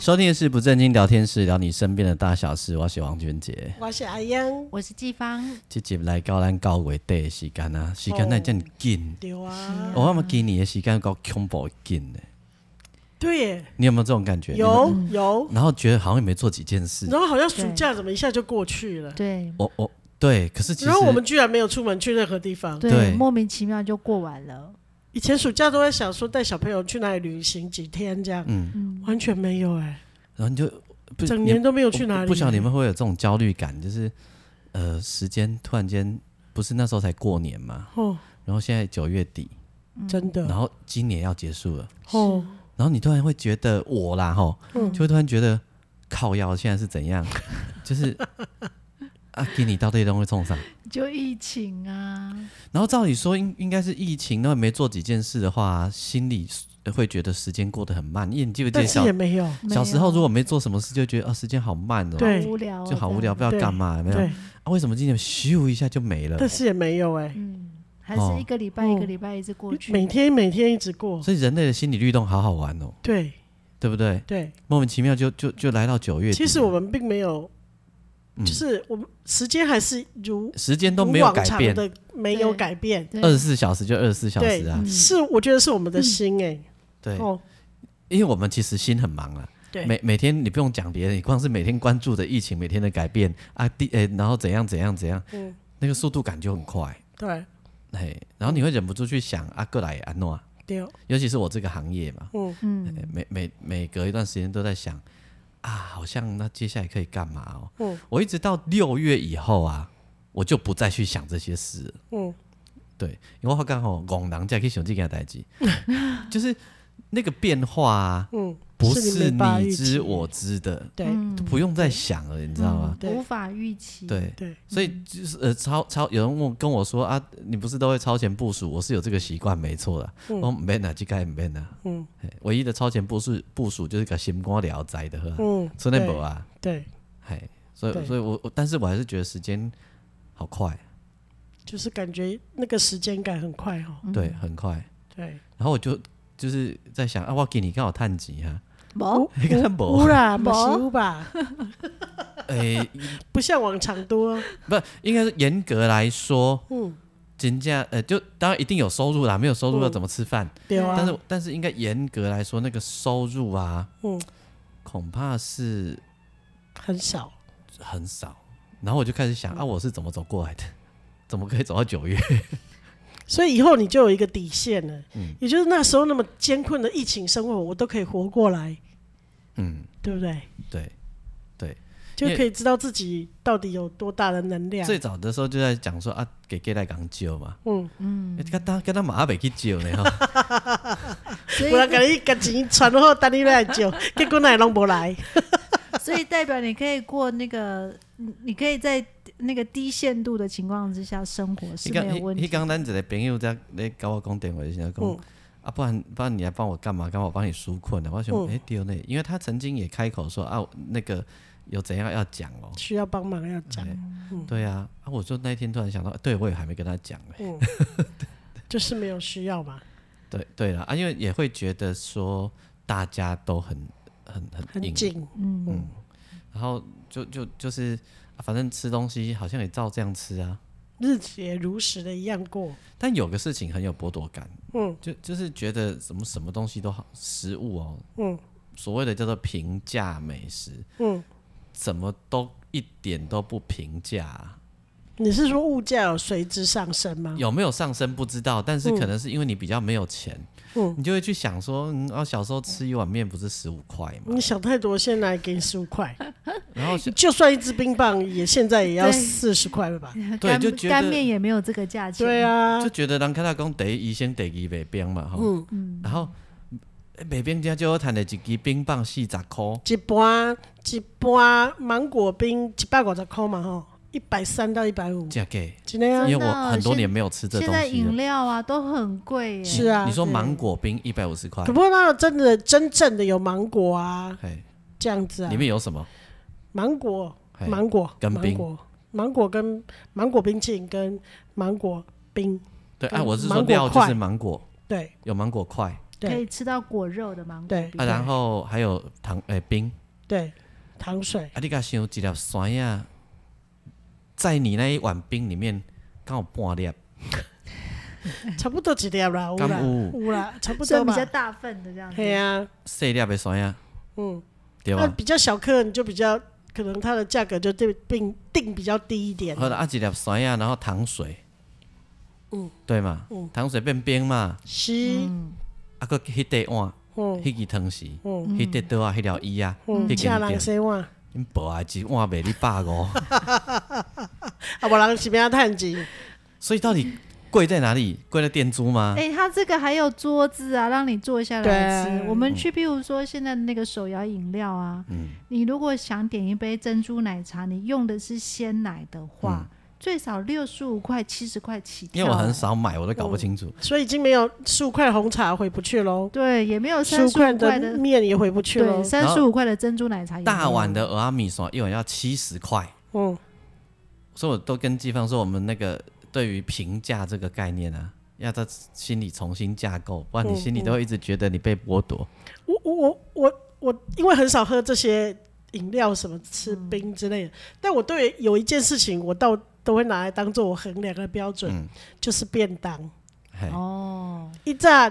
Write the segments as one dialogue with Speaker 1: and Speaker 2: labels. Speaker 1: 收听的是不正经聊天室，聊你身边的大小事。我是王俊杰，
Speaker 2: 我是阿英。
Speaker 3: 我是季芳，
Speaker 1: 这集来到咱到月底的时间啊，时间那真紧。
Speaker 2: 对啊，
Speaker 1: 我感觉今年的时间有够恐怖紧的，
Speaker 2: 对耶，
Speaker 1: 你嗯有没有这种感觉？
Speaker 2: 有有
Speaker 1: 你们，，然后觉得好像也没做几件事。
Speaker 2: 然后好像暑假怎么一下就过去了，
Speaker 3: 对
Speaker 1: 我我对，可是其实
Speaker 2: 然后我们居然没有出门去任何地方。
Speaker 1: 对
Speaker 3: 莫名其妙就过完了。
Speaker 2: 以前暑假都在想说带小朋友去哪里旅行几天这样，
Speaker 1: 嗯，
Speaker 3: 嗯，
Speaker 2: 完全没有哎，
Speaker 1: 然后你就不
Speaker 2: 整
Speaker 1: 你
Speaker 2: 年都没有
Speaker 1: 我
Speaker 2: 去哪
Speaker 1: 不
Speaker 2: 里。
Speaker 1: 不晓得你们会不会有这种焦虑感，就是呃，时间突然间不是那时候才过年嘛，
Speaker 2: 哦，
Speaker 1: 然后现在九月底，
Speaker 2: 真
Speaker 1: 然
Speaker 2: 的
Speaker 1: 后今年要结束了，
Speaker 2: 哦，
Speaker 1: 然后你突然会觉得我啦吼，
Speaker 2: 嗯
Speaker 1: 就会突然觉得靠腰现在是怎样， 就是啊，给你到底都会冲上。
Speaker 3: 就疫情啊，
Speaker 1: 然后照理说应应该是疫情，然后没做几件事的话，心里会觉得时间过得很慢。因为你记不记得
Speaker 2: 但是
Speaker 1: 小
Speaker 2: 也没有，
Speaker 1: 小时
Speaker 3: 没
Speaker 1: 候
Speaker 3: 有
Speaker 1: 如果没做什么事，就觉得啊时间好慢哦，
Speaker 2: 对
Speaker 3: 好无聊哦，
Speaker 1: 就好无聊，不
Speaker 3: 这
Speaker 1: 知
Speaker 3: 样
Speaker 1: 道干嘛，有没有？
Speaker 2: 对，
Speaker 1: 啊，为什么今年咻一下就没了
Speaker 2: 但？是也没有哎，
Speaker 3: 嗯，还是一个礼拜
Speaker 2: 哦
Speaker 3: 一个礼拜一直过去，
Speaker 2: 每天每天一直过，
Speaker 1: 所以人类的心理律动好好玩哦，
Speaker 2: 对
Speaker 1: 对不对？
Speaker 2: 对。
Speaker 1: 莫名其妙就就就来到九月底了，
Speaker 2: 其实我们并没有，
Speaker 1: 嗯
Speaker 2: 就是我们时间还是如
Speaker 1: 时间都没有改变
Speaker 2: 如往常，的没有
Speaker 3: 对
Speaker 2: 改变，
Speaker 3: 对
Speaker 1: 二十四小时就二十四小时啊嗯
Speaker 3: 嗯，
Speaker 2: 是我觉得是我们的心哎、
Speaker 1: 对，
Speaker 2: 哦，
Speaker 1: 因为我们其实心很忙啊。
Speaker 2: 对
Speaker 1: 每每天你不用讲别人，你光是每天关注着疫情每天的改变啊，第诶、然后怎样怎样怎样，
Speaker 2: 嗯
Speaker 1: 那个速度感就很快，
Speaker 2: 对，
Speaker 1: 嘿，然后你会忍不住去想啊，过来安诺啊，
Speaker 2: 对，
Speaker 1: 尤其是我这个行业嘛，
Speaker 2: 嗯，
Speaker 3: 嗯，
Speaker 1: 嘿每每每隔一段时间都在想啊，好像那接下来可以干嘛哦？
Speaker 2: 嗯
Speaker 1: 我一直到六月以后啊，我就不再去想这些事了。
Speaker 2: 嗯，
Speaker 1: 对，因为我刚好戆人才去想这件 代志，就是那个变化啊，
Speaker 2: 嗯，
Speaker 1: 不
Speaker 2: 是
Speaker 1: 是
Speaker 2: 没办法
Speaker 1: 你
Speaker 2: 预期嗯
Speaker 1: 知我知的，
Speaker 2: 对，
Speaker 3: 嗯
Speaker 1: 都不用再想了，你知道吗？
Speaker 2: 对
Speaker 3: 无法预期，，
Speaker 1: 对，
Speaker 2: 对，
Speaker 1: 所以就是呃，超超有人问跟我说啊，你不是都会超前部署？我是有这个习惯，没错的。我没哪这个没哪，
Speaker 2: 嗯
Speaker 1: 嘿唯一的超前部署部署就是个心肝聊斋的呵，
Speaker 2: 嗯，
Speaker 1: 村内博啊，
Speaker 2: 对，对，
Speaker 1: 嘿，所
Speaker 2: 对
Speaker 1: 以所以我我但是我还是觉得时间好快，
Speaker 2: 就是感觉那个时间感很快哦，
Speaker 1: 对，很快。
Speaker 2: 对，
Speaker 1: 然后我就就是在想啊，我给你刚好啊探几 哈，
Speaker 3: 某
Speaker 1: 你看博
Speaker 2: 乌哦啦，
Speaker 3: 没
Speaker 2: 没修 吧，
Speaker 1: 诶，
Speaker 2: 不像往常多，
Speaker 1: 不应该是严格来说，
Speaker 2: 嗯，
Speaker 1: 人家呃，就当然一定有收入啦，没有收入要怎么吃饭？
Speaker 2: 对啊，
Speaker 1: 但是但是应该严格来说，那个收入啊，
Speaker 2: 嗯，
Speaker 1: 恐怕是
Speaker 2: 很少，
Speaker 1: 很少。然后我就开始想、
Speaker 2: 嗯
Speaker 1: 啊，我是怎么走过来的？ 怎么可以走到九月？
Speaker 2: 所以以后你就有一个底线了，
Speaker 1: 嗯
Speaker 2: 也就是那时候那么艰困的疫情生活，我都可以活过来，
Speaker 1: 嗯，
Speaker 2: 对不对？
Speaker 1: 对。
Speaker 2: 就
Speaker 1: 因为
Speaker 2: 可以知道自己到底有多大的能量。
Speaker 1: 最早的时候就在讲说啊，给 gay 来港救嘛，
Speaker 2: 嗯，
Speaker 1: 嗯，跟他跟他马北去救呢哈，
Speaker 3: 所
Speaker 2: 我来
Speaker 3: 以
Speaker 2: 给你把钱传后，等你来救，结果哪拢不来。
Speaker 3: 所以代表你可以过那个，你你可以在那个低限度的情况之下生活 是
Speaker 1: 你
Speaker 3: 没
Speaker 1: 刚
Speaker 3: 有问
Speaker 1: 你
Speaker 3: 题的，
Speaker 1: 刚咱一个朋友在咧跟我讲电话的时候讲。
Speaker 2: 嗯
Speaker 1: 啊，不然不然你来帮我干嘛？干嘛我帮你纾困呢、我想，
Speaker 2: 嗯
Speaker 1: 哎、丢呢，因为他曾经也开口说啊，那个有怎样要讲哦、
Speaker 2: 需要帮忙要讲，
Speaker 1: 对啊，啊，我就那一天突然想到，对我也还没跟他讲哎、
Speaker 2: 嗯，就是没有需要嘛，
Speaker 1: 对对了啊，因为也会觉得说大家都很很很
Speaker 2: 很
Speaker 1: 硬，
Speaker 2: 紧，
Speaker 3: 嗯，
Speaker 1: 然后就就就是、啊反正吃东西好像也照这样吃啊。
Speaker 2: 日子也如实的一样过。
Speaker 1: 但有个事情很有剥夺感，
Speaker 2: 嗯
Speaker 1: 就就是觉得什么什么东西都好，食物哦，
Speaker 2: 嗯
Speaker 1: 所谓的叫做平价美食，
Speaker 2: 嗯，
Speaker 1: 怎么都一点都不平价啊、
Speaker 2: 你是说物价有随之上升吗？
Speaker 1: 有没有上升不知道，但是可能是因为你比较没有钱，
Speaker 2: 嗯
Speaker 1: 你就会去想说，嗯，啊，小时候吃一碗面不是十五块嘛
Speaker 2: 你，想太多，现在给你十五块，
Speaker 1: 然后想
Speaker 2: 就算一支冰棒也现在也要
Speaker 3: 对
Speaker 2: 四十块了吧？
Speaker 1: 对
Speaker 3: 干
Speaker 1: 就觉得
Speaker 3: 干面也没有这个价钱，
Speaker 2: 对啊
Speaker 1: 就，觉得人看他讲第一医生第二袂变嘛，吼，
Speaker 2: 嗯
Speaker 1: 然后北边家就赚的一支冰棒四十箍，
Speaker 2: 一般一般芒果冰一百五十块嘛吼，一百三到一百五，
Speaker 1: 价给，
Speaker 2: 真的啊
Speaker 3: 真，
Speaker 1: 因为
Speaker 3: 的
Speaker 1: 我很多年没有吃这
Speaker 3: 现
Speaker 1: 东
Speaker 3: 在
Speaker 1: 西
Speaker 3: 饮
Speaker 1: 了。
Speaker 3: 料啊都很贵耶，
Speaker 2: 是啊，
Speaker 1: 你说
Speaker 2: 对
Speaker 1: 芒果冰一百五十块
Speaker 2: 可，不过那有真的真正的有芒果啊，
Speaker 1: 哎，
Speaker 2: 这样子啊
Speaker 1: 里，面有什么？
Speaker 2: 芒果
Speaker 1: 嘿
Speaker 2: 芒果
Speaker 1: 跟
Speaker 2: 芒
Speaker 1: 冰
Speaker 2: 果芒果跟芒果冰淇淋跟芒果冰，
Speaker 1: 对，
Speaker 2: 跟
Speaker 1: 哎，我是
Speaker 2: 嗯
Speaker 1: 说
Speaker 2: 芒果
Speaker 1: 料就
Speaker 2: 块
Speaker 1: 是芒果，
Speaker 2: 对
Speaker 1: 有芒果块，
Speaker 3: 可以
Speaker 2: 对
Speaker 3: 吃到果肉的芒果
Speaker 2: 对
Speaker 3: 冰
Speaker 1: 啊，然后还有糖诶冰，
Speaker 2: 对，糖水
Speaker 1: 啊，你敢想一粒酸呀，在你那一碗冰里面刚好半粒，
Speaker 2: 差不多一粒啦，有啦
Speaker 1: 敢有
Speaker 2: 有啦，差不
Speaker 3: 所以
Speaker 2: 多
Speaker 3: 比较
Speaker 2: 吧，
Speaker 3: 大份的这样子。
Speaker 2: 嘿啊，
Speaker 1: 细粒的酸呀，
Speaker 2: 嗯，
Speaker 1: 对
Speaker 2: 那
Speaker 1: 吧？
Speaker 2: 比较小颗你就比较可能它的价格就定定定比较低一点，
Speaker 1: 好了，啊，一粒酸呀，然后糖水，
Speaker 2: 嗯，
Speaker 1: 对嘛，糖水变冰嘛，
Speaker 2: 是，
Speaker 3: 嗯
Speaker 1: 啊，搁迄块碗，
Speaker 2: 嗯
Speaker 1: 迄支汤匙，
Speaker 2: 嗯
Speaker 1: 迄块刀啊，迄条椅啊，
Speaker 2: 嗯，
Speaker 1: 迄
Speaker 2: 请
Speaker 1: 间
Speaker 2: 人
Speaker 1: 店，
Speaker 2: 生活，
Speaker 1: 恁婆啊，一碗卖你百五，
Speaker 2: 啊，无人是要趁钱，
Speaker 1: 所以到底贵在哪里？贵在店租吗？
Speaker 3: 哎、它这个还有桌子啊，让你坐下来
Speaker 2: 对
Speaker 3: 吃。我们去，譬如说现在的那个手摇饮料啊，
Speaker 1: 嗯
Speaker 3: 你如果想点一杯珍珠奶茶，你用的是鲜奶的话，最少六十五块、七十块起跳。
Speaker 1: 嗯因为我很。少买，我都搞不清楚。
Speaker 2: 所以已经没有十五块红茶回不去喽，
Speaker 3: 对，也没有
Speaker 2: 十
Speaker 3: 三
Speaker 2: 五
Speaker 3: 十五块
Speaker 2: 的
Speaker 3: 的，
Speaker 2: 面也回不去喽
Speaker 3: 对，，三十五块的珍珠奶茶也没有。哦
Speaker 1: 大碗的俄阿米线一碗要七十块，
Speaker 2: 嗯，
Speaker 1: 所以我都跟季芳说，我们那个对于评价这个概念啊，要在心里重新架构，不然你心里都会一直觉得你被剥夺。
Speaker 2: 我我我我我，因为很少喝这些饮料，什么吃冰之类的，但我对有一件事情，我倒都会拿来当做我衡量的标准，
Speaker 1: 嗯
Speaker 2: 就是便当。
Speaker 1: 嘿，
Speaker 3: 哦
Speaker 2: 一早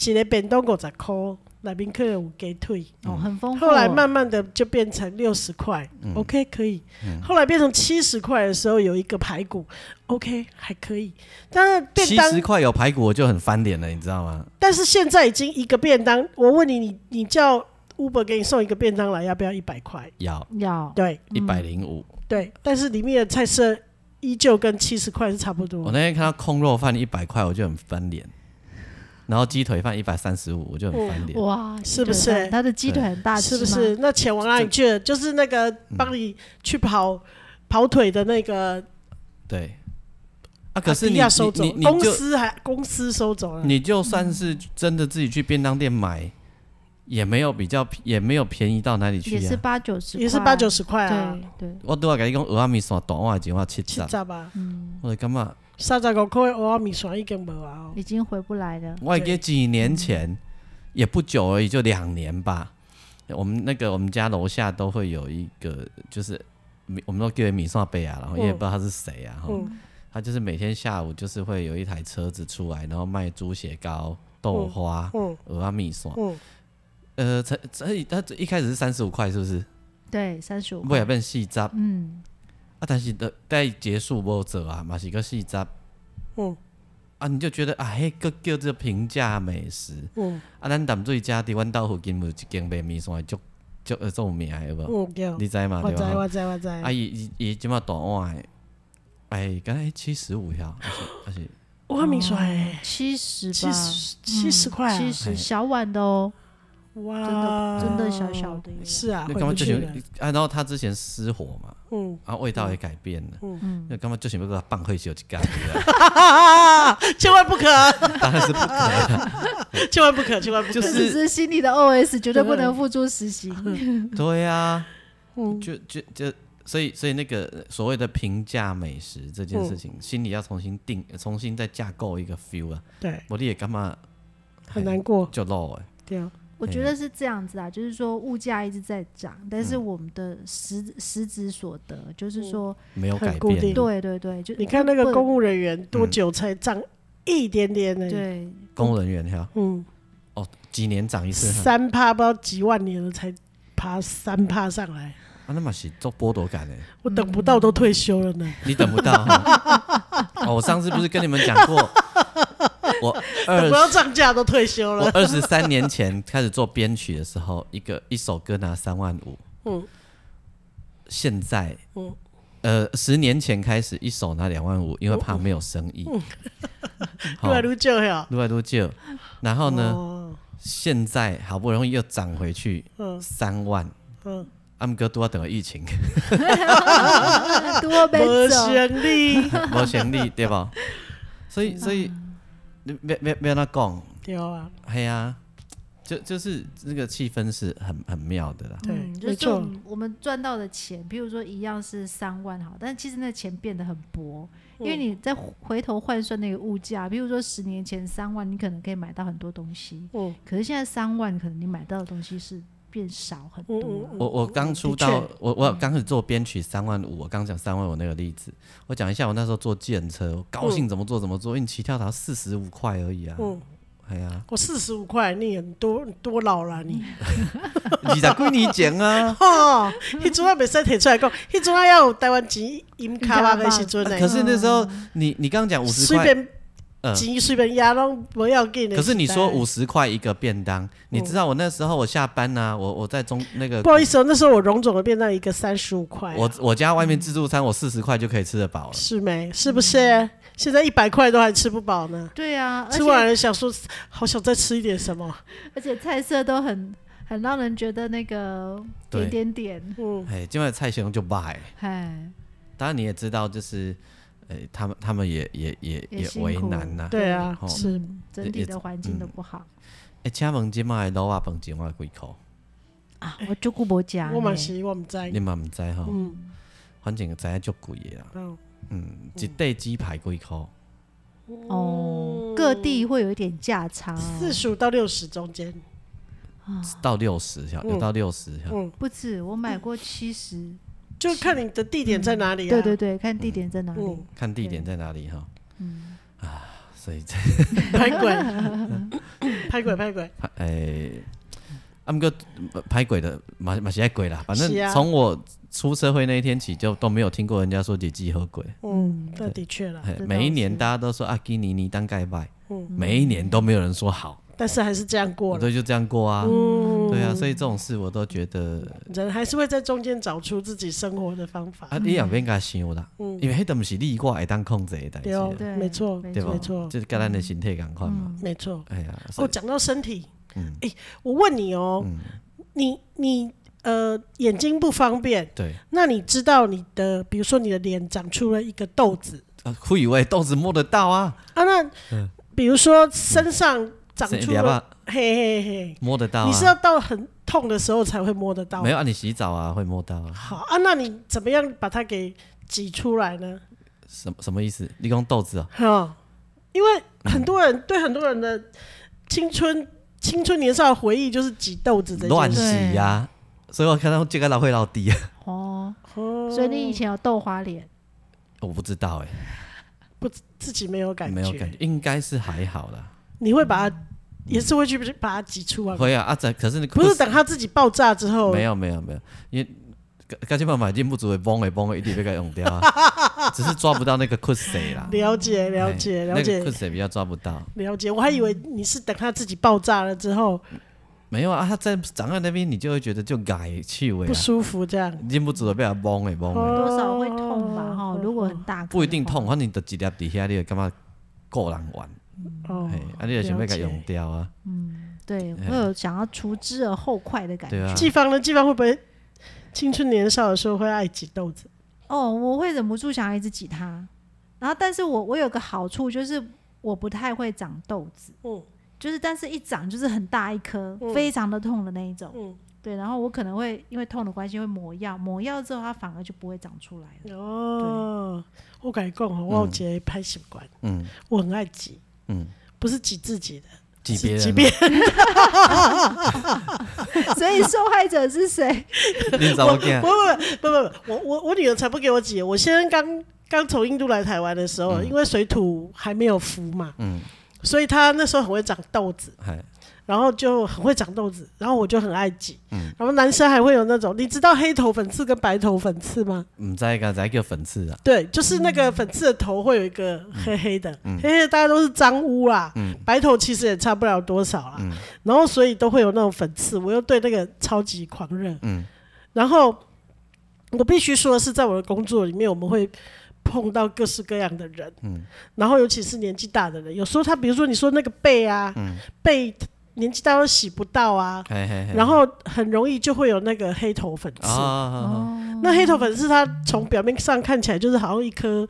Speaker 2: 一个便当五十块，里面可能有鸡腿，
Speaker 3: 哦，
Speaker 1: 嗯
Speaker 3: 很丰富哦。
Speaker 2: 后来慢慢的就变成六十块，OK 可以。
Speaker 1: 嗯
Speaker 2: 后来变成七十块的时候，有一个排骨，OK 还可以。但是便
Speaker 1: 七
Speaker 2: 当
Speaker 1: 十块有排骨我就很翻脸了，你知道吗？
Speaker 2: 但是现在已经一个便当，我问你，你你叫 Uber 给你送一个便当来，要不要一百块？
Speaker 1: 要
Speaker 3: 要
Speaker 2: 对
Speaker 1: 一百零五。
Speaker 2: 对，但是里面的菜色依旧跟七十块是差不
Speaker 1: 我
Speaker 2: 多。
Speaker 1: 那天看到空肉饭一百块，我就很翻脸，然后鸡腿饭一百三十五，我就很翻脸。
Speaker 2: 哦
Speaker 3: 哇，
Speaker 2: 是不
Speaker 3: 鸡腿
Speaker 2: 是
Speaker 3: 饭它的鸡腿很大，
Speaker 2: 是不
Speaker 3: 吗？
Speaker 2: 是？那钱往哪里去了？就是那个
Speaker 1: 嗯
Speaker 2: 帮你去跑、跑腿的那个
Speaker 1: 对，啊，可是
Speaker 2: 迪
Speaker 1: 你
Speaker 2: 亚收走
Speaker 1: 你，你
Speaker 2: 公
Speaker 1: 你就
Speaker 2: 司还公司收走了。
Speaker 1: 你就算是真的自己去便当店买，也没有比较，也没有便宜到哪里去
Speaker 3: 也
Speaker 1: 呀、
Speaker 3: 是八九十，
Speaker 2: 也是八九十块啊，
Speaker 3: 对对，
Speaker 1: 我都要跟你讲，蚵仔面线大碗的一碗七
Speaker 2: 七
Speaker 1: 十，
Speaker 2: 十吧，
Speaker 3: 嗯
Speaker 1: 我就感觉，
Speaker 2: 三十五块的蚵仔米线已经无啊、哦。
Speaker 3: 已经回不来了。
Speaker 1: 我还记得几年前，也不久而已，就两年吧。我们那个我们家楼下都会有一个，就是米我们都叫他米线贝啊，然后
Speaker 2: 嗯
Speaker 1: 也不知道他是谁啊，哈、
Speaker 2: 嗯
Speaker 1: 他就是每天下午就是会有一台车子出来，然后卖猪血糕、豆花、
Speaker 2: 嗯
Speaker 1: 蚵仔面线。
Speaker 2: 嗯，
Speaker 1: 呃，才所以他一开始是三十五块，是不是？
Speaker 3: 对，三十五。
Speaker 1: 不也变四十啊，
Speaker 3: 嗯，
Speaker 1: 但是的在结束无做啊，嘛是个四十。
Speaker 2: 嗯
Speaker 1: 啊，你就觉得啊，迄个叫做平价美食。
Speaker 2: 嗯
Speaker 1: 啊，咱淡水遮伫阮兜附近有一间卖面线的，足足呃有名的有无？
Speaker 2: 嗯，对，
Speaker 1: 你知嘛
Speaker 2: 我
Speaker 1: 对
Speaker 2: 知
Speaker 1: 吧？
Speaker 2: 我知我知。
Speaker 1: 啊，伊伊伊即马大碗的，哎，敢若七十五呀，还是还是
Speaker 2: 蚵仔米线欸
Speaker 3: 七十
Speaker 2: 七
Speaker 3: 哦吧，嗯
Speaker 2: 十七十块啊，
Speaker 3: 七十小碗的哦，
Speaker 2: 哇，
Speaker 3: 真的小小的耶
Speaker 2: 是啊，
Speaker 1: 你
Speaker 2: 回
Speaker 1: 干嘛
Speaker 2: 不
Speaker 1: 就
Speaker 2: 去
Speaker 1: 想
Speaker 2: 了。
Speaker 1: 啊？然后他之前失火嘛，
Speaker 2: 嗯，
Speaker 1: 然后味道也改变了，
Speaker 3: 嗯
Speaker 1: 那干嘛就想要给他放回去有一间？
Speaker 2: 千万不可，啊
Speaker 1: 当然是不可 能。
Speaker 2: 千万不可，千万不可。
Speaker 1: 就
Speaker 3: 这只
Speaker 1: 是
Speaker 3: 是心里的 OS，绝对不能付诸实行。
Speaker 1: 对啊，
Speaker 2: 嗯
Speaker 1: 就就就，所以所以那个所谓的平价美食这
Speaker 2: 嗯
Speaker 1: 件事情，心里要重新定，重新再架构一个 feel 啊。
Speaker 2: 对，
Speaker 1: 我也干嘛
Speaker 2: 很难过，
Speaker 1: 就漏哎，
Speaker 2: 对啊，
Speaker 3: 我觉得是这样子啊，就是说物价一直在涨，但是我们的实实质所得，就是说，
Speaker 1: 没有
Speaker 2: 很
Speaker 1: 改
Speaker 2: 固定
Speaker 1: 变。
Speaker 3: 对对对，就
Speaker 2: 你看那个嗯
Speaker 3: 不
Speaker 2: 公务人员多久才涨一点点呢？，
Speaker 3: 对
Speaker 1: 公务人员哈，
Speaker 2: 嗯，
Speaker 1: 哦，几年涨一次哈，
Speaker 2: 三趴不知道几万年了才爬三趴上来，
Speaker 1: 啊，那么是做剥夺感哎，
Speaker 2: 我等不到都退休了呢，
Speaker 1: 你等不到哈。 哦，我上次不是跟你们讲过，我
Speaker 2: 等
Speaker 1: 二
Speaker 2: 不到涨价都退休
Speaker 1: 我
Speaker 2: 了。
Speaker 1: 二十三年前开始做编曲的时候，一个一首歌拿三万五。
Speaker 2: 嗯
Speaker 1: 现在，
Speaker 2: 嗯
Speaker 1: 呃，十年前开始一手拿两万五，因为怕 没有生意。
Speaker 2: 越
Speaker 1: 好
Speaker 2: 来，越久了，
Speaker 1: 撸来撸就，然后呢，
Speaker 2: 啊哦？
Speaker 1: 现在好不容易又涨回去
Speaker 2: 嗯
Speaker 1: 三万，
Speaker 2: 嗯，
Speaker 1: 阿姆哥都要等 疫情，
Speaker 3: 多被
Speaker 2: 没
Speaker 3: 走，
Speaker 2: 生力，
Speaker 1: 无潜力对吧？所
Speaker 2: 嗯
Speaker 1: 以所以你别别别那讲，
Speaker 2: 对啊，
Speaker 1: 嘿啊，就就是这个气氛是很很妙的啦。
Speaker 2: 对
Speaker 3: 嗯，就
Speaker 2: 没
Speaker 3: 是我
Speaker 2: 错
Speaker 3: 们我们赚到的钱，比如说一样是三万好，但其实那钱变得很薄，因为你再回头换算那个物价，比如说十年前三万，你可能可以买到很多东西，
Speaker 2: 嗯
Speaker 3: 可是现在三万，可能你买到的东西是变少很多啊
Speaker 2: 嗯
Speaker 3: 了。
Speaker 2: 嗯
Speaker 1: 我我刚出道
Speaker 2: 的，嗯
Speaker 1: 我我刚开始做编曲三万五，我刚讲三万五那个例子，我讲一下我那时候坐计程车，我高兴怎么做怎么做，因为你起跳才四十五块而已啊，
Speaker 2: 嗯，，
Speaker 1: 哎呀
Speaker 2: 我四十五块，你很多你多老了 你，
Speaker 1: 二十几年 前啊，
Speaker 2: 哦，迄阵啊袂使摕出来讲，迄阵啊要有台湾钱银卡啊巴的时阵呢
Speaker 1: 啊可，是那时候你你刚刚讲五十
Speaker 2: 啊随
Speaker 1: 块，
Speaker 2: 便
Speaker 1: 嗯，
Speaker 2: 钱随便压拢不要紧的。
Speaker 1: 可是你说五，十块一个便当，你知道我那时候我下班呢、我我在中那个
Speaker 2: 嗯不好意思哦，那时候我荣总的便当一个三十五块啊，
Speaker 1: 我我家外面自助餐，我四十块就可以吃得饱了。
Speaker 2: 是没？是不是？现在一百块都还吃不饱呢。
Speaker 3: 对啊，
Speaker 1: 嗯
Speaker 3: 而
Speaker 2: 吃
Speaker 3: 且
Speaker 2: 完了想说，好想再吃一点什么。
Speaker 3: 而且菜色都很很让人觉得那个
Speaker 1: 对
Speaker 3: 点点点，
Speaker 2: 嗯，
Speaker 1: 哎，今晚蔡雄就拜。
Speaker 3: 哎，
Speaker 1: 当然你也知道，就是呃，他们他们也也也
Speaker 3: 也辛苦
Speaker 1: 为难呐、
Speaker 2: 对啊，
Speaker 1: 哦
Speaker 2: 是
Speaker 3: 整体的环境都不好
Speaker 1: 哎，请问今麦老啊饭钱我几块？
Speaker 3: 啊。我就顾伯家呢，
Speaker 2: 我嘛是我们在
Speaker 1: 你，嘛唔知吼？反正知影足贵的啦。
Speaker 2: 嗯
Speaker 1: 嗯，一块鸡排几块？
Speaker 3: 哦，各地会有一点价差哦，
Speaker 2: 四十五到六十中间，
Speaker 1: 到六十条，有到六十条。
Speaker 2: 嗯，
Speaker 3: 不止，我买过七十。
Speaker 2: 就看你的地点在哪里啊。
Speaker 3: 对对对，看地点在哪里。
Speaker 2: 嗯，
Speaker 1: 看地点在哪里哈。嗯啊，所以这
Speaker 2: 拍滚， 拍滚，拍滚，
Speaker 1: 哎，阿姆哥拍鬼的马马西爱鬼啦，反正
Speaker 2: 是啊
Speaker 1: 从我出社会那一天起，就都没有听过人家说几季和鬼。
Speaker 2: 嗯，那的确啦，
Speaker 1: 哎
Speaker 3: 哦这
Speaker 1: 每一
Speaker 3: 倒
Speaker 1: 年
Speaker 3: 是
Speaker 1: 大家都说阿啊基尼尼当盖拜，每一年都没有人说好，
Speaker 2: 但是还是这样过
Speaker 1: 我
Speaker 2: 了，
Speaker 1: 都就这样过啊。对啊，所以这种事我都觉得
Speaker 2: 人还是会在中间找出自己生活的方法
Speaker 1: 啊，。你也免甲想啦，因为迄都毋是你我会当控制的代
Speaker 2: 嗯
Speaker 1: 志
Speaker 2: 对哦
Speaker 1: 啊，
Speaker 3: 对，
Speaker 2: 没错
Speaker 3: 没
Speaker 1: 对吧
Speaker 2: 没错
Speaker 1: 就是甲咱的身体共款嘛。
Speaker 2: 没错，
Speaker 1: 哎呀，所
Speaker 2: 哦，
Speaker 1: 以
Speaker 2: 讲到身体，哎、
Speaker 1: 嗯
Speaker 2: 我问你哦，你你呃眼睛不方便，
Speaker 1: 对
Speaker 2: 那你知道你的，比如说你的脸长出了一个痘子
Speaker 1: 啊，会以为豆子摸得到啊，
Speaker 2: 啊，那、比如说身上长
Speaker 1: 这
Speaker 2: 出
Speaker 1: 脸
Speaker 2: 了，
Speaker 1: 啊
Speaker 2: 嘿嘿嘿，
Speaker 1: 摸得到啊，
Speaker 2: 你是要到很痛的时候才会摸得到，
Speaker 1: 没有啊？你洗澡啊会摸到啊？
Speaker 2: 好啊，那你怎么样把它给挤出来呢？
Speaker 1: 什么什么意思？你讲豆子啊？
Speaker 2: 哈、因为很多人、对很多人的青春。青春年少的回忆就是挤豆子这件
Speaker 1: 乱
Speaker 2: 事，
Speaker 1: 洗呀、所以我看到这个老会老低啊，
Speaker 3: 哦，所以你以前有豆花脸，
Speaker 1: 我不知道哎、
Speaker 2: 自己没有感觉，
Speaker 1: 没有感觉，应该是还好啦。
Speaker 2: 你会把它，也是会去把它挤出来吗，
Speaker 1: 会啊，啊，这可是你
Speaker 2: 不是等它自己爆炸之后，
Speaker 1: 没有没有没有，因为干脆把买进不足的崩诶崩诶，一定被它用掉啊， 只是抓不到那个 cut 谁啦，
Speaker 2: 了解了解
Speaker 1: 哎
Speaker 2: 了解
Speaker 1: 那个 cut 谁比较抓不到。
Speaker 2: 了解，我还以为你是等它自己爆炸了之后
Speaker 1: 没有啊，它在长在那边，你就会觉得就改气味
Speaker 2: 不
Speaker 1: 啊，
Speaker 2: 舒服这样，
Speaker 1: 禁不住的被它崩诶崩
Speaker 2: 哦
Speaker 1: 诶，
Speaker 3: 多少会痛吧？哈，如果很大，
Speaker 1: 不一定痛，。反正你就一粒底下你就感觉够人玩，
Speaker 2: 哦
Speaker 1: 哎，，啊，你就想要给它用掉啊，
Speaker 3: 对，会有想要除之而后快的感
Speaker 1: 对
Speaker 3: 觉。
Speaker 1: 啊，
Speaker 2: 季芳呢？季芳会不会青春年少的时候会爱挤豆子？
Speaker 3: 哦，我会忍不住想要一直挤它，然后但是我我有个好处就是我不太会长痘子，
Speaker 2: 嗯
Speaker 3: 就是但是一长就是很大一颗，
Speaker 2: 嗯
Speaker 3: 非常的痛的那一种。
Speaker 2: 嗯，
Speaker 3: 对，然后我可能会因为痛的关系会抹药，抹药之后它反而就不会长出来 了。
Speaker 2: 哦，我跟你讲哦，我有一个拍习惯，
Speaker 1: 嗯
Speaker 2: 我很爱挤，
Speaker 1: 嗯，
Speaker 2: 不是挤自己的，
Speaker 1: 挤别人
Speaker 2: 挤
Speaker 1: 啊，
Speaker 2: 别
Speaker 3: 所以受害者 是谁？
Speaker 2: 嗯
Speaker 1: 你怎么讲
Speaker 2: 不？不不不不，我我我女儿才不给我挤。我先生刚刚从印度来台湾的时候，因为水土还没有服嘛，
Speaker 1: 嗯，
Speaker 2: 所以他那时候很会长痘子，
Speaker 1: 嗨，
Speaker 2: 然后就很会长痘子，然后我就很爱挤。然后男生还会有那种，你知道黑头粉刺跟白头粉刺吗？
Speaker 1: 唔知个才叫粉刺啊，
Speaker 2: 对，就是那个粉刺的头会有一个
Speaker 1: 嗯
Speaker 2: 黑黑的，黑黑的大家都是脏污啦，白头其实也差不了多少啦，
Speaker 1: 嗯
Speaker 2: 然后所以都会有那种粉刺，我又对那个超级狂热，
Speaker 1: 嗯
Speaker 2: 然后我必须说的是，在我的工作里面，我们会碰到各式各样的
Speaker 1: 嗯嗯
Speaker 2: 人，然后尤其是年纪大的人，有时候他比如说你说那个背啊，背年纪大都洗不到啊，
Speaker 1: 嘿嘿嘿
Speaker 2: 然后很容易就会有那个黑头粉刺。
Speaker 1: 嗯啊，
Speaker 3: 哦，
Speaker 2: 那黑头粉刺它从表面上看起来就是好像一颗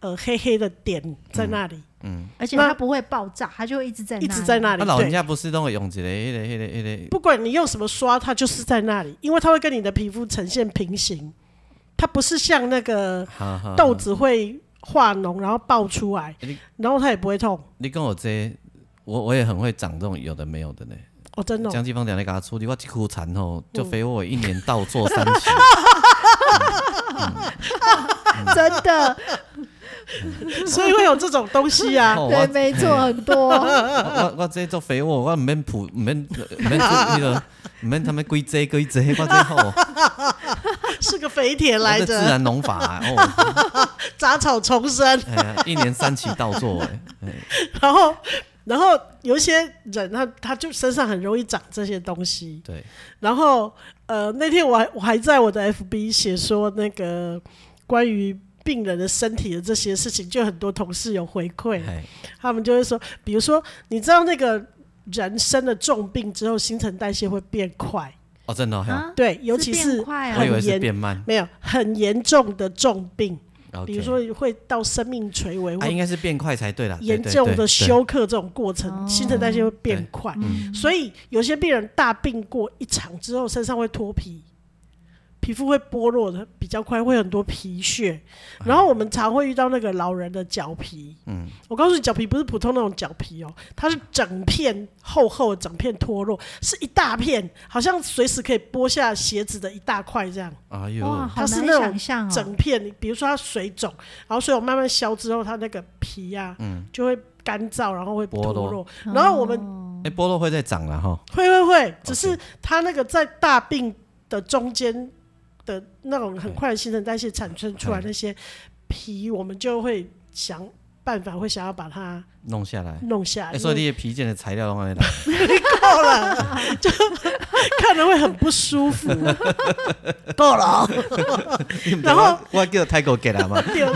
Speaker 2: 呃黑黑的点在那里，
Speaker 1: 嗯，
Speaker 3: 而且
Speaker 2: 那
Speaker 3: 它不会爆炸，它就一直在
Speaker 2: 一直在
Speaker 3: 里
Speaker 2: 那里。
Speaker 1: 那啊老人
Speaker 2: 对
Speaker 1: 家不是都会用一个迄个迄个迄个，
Speaker 2: 不管你用什么刷，它就是在那里，因为它会跟你的皮肤呈现平行，它不是像那个
Speaker 1: 哈哈
Speaker 2: 豆子会化脓然后爆出来
Speaker 1: 啊哎你，
Speaker 2: 然后它也不会痛。
Speaker 1: 你跟我这个，我我也很会长这种有的没有的呢。
Speaker 2: 哦，真的哦、
Speaker 1: 江继峰讲你给他处理，我一哭残吼，就
Speaker 2: 嗯
Speaker 1: 肥我一年到做三期，
Speaker 3: 真 的，
Speaker 2: 所以会有这种东西 啊。
Speaker 1: 吼
Speaker 3: 对，
Speaker 1: 哦我
Speaker 3: 没错，很多。
Speaker 1: 我我这做肥我，我唔免补，唔免唔 免做迄个，唔免他们规这规这，我这吼，我
Speaker 2: 是个肥铁来
Speaker 1: 这自
Speaker 2: 着，
Speaker 1: 然农法啊哦，
Speaker 2: 杂草丛生。
Speaker 1: 哎呀一年三期到做哎，
Speaker 2: 然后，然后有一些人他他就身上很容易长这些东西。
Speaker 1: 对，
Speaker 2: 然后，呃，那天我还我还在我的 FB 写说那个关于病人的身体的这些事情，就很多同事有回馈，
Speaker 1: 哎，
Speaker 2: 他们就会说，比如说，你知道那个人生了重病之后，新陈代谢会变快，
Speaker 1: 哦真的哦，嘿哦
Speaker 3: 啊
Speaker 2: 对，尤其
Speaker 3: 是
Speaker 2: 是
Speaker 3: 变快
Speaker 2: 哎
Speaker 3: 啊
Speaker 1: 我以为
Speaker 2: 很
Speaker 1: 是
Speaker 2: 严
Speaker 1: 变慢，
Speaker 2: 没有很严重的重病，
Speaker 1: OK
Speaker 2: 比如说会到生命垂危或
Speaker 1: 啊应该是变快才对啦，对
Speaker 2: 严
Speaker 1: 对
Speaker 2: 重
Speaker 1: 对
Speaker 2: 的
Speaker 1: 对
Speaker 2: 休克这种过程，
Speaker 3: 哦
Speaker 2: 新陈代谢会变快，
Speaker 3: 嗯
Speaker 2: 所以有些病人大病过一场之后，身上会脱皮，皮肤会剥落的比较快，会很多皮屑。
Speaker 1: 哎
Speaker 2: 然后我们常会遇到那个老人的脚皮，嗯，我告诉你，脚皮不是普通那种脚皮哦，它是整片厚厚的，整片脱落，是一大片，好像随时可以剥下鞋子的一大块这样。
Speaker 1: 哎
Speaker 3: 哇，
Speaker 1: 呦，
Speaker 3: 好
Speaker 2: 它是
Speaker 3: 难
Speaker 2: 那种
Speaker 3: 想
Speaker 1: 嗯
Speaker 3: 象哦，
Speaker 2: 整片，比如说它水肿，然后水肿慢慢消之后，它那个皮呀、就会干燥，然后会
Speaker 1: 嗯剥
Speaker 2: 脱
Speaker 1: 落嗯
Speaker 2: 落。然后我们
Speaker 3: 哦
Speaker 1: 哎菠萝会再长了哈，
Speaker 2: 会会会，只是它那个在大病的中间的那种很快的新陈代谢产生出来那些皮，我们就会想办法，会想要把它
Speaker 1: 弄下来。
Speaker 2: 弄下来，
Speaker 1: 哎，所以
Speaker 2: 因为
Speaker 1: 你的皮件的材料拢安 尼来，
Speaker 2: 够了， 就看了会很不舒服。够了哦，
Speaker 1: 你不知
Speaker 2: 然后
Speaker 1: 道我我叫泰国给他嘛，
Speaker 2: 对，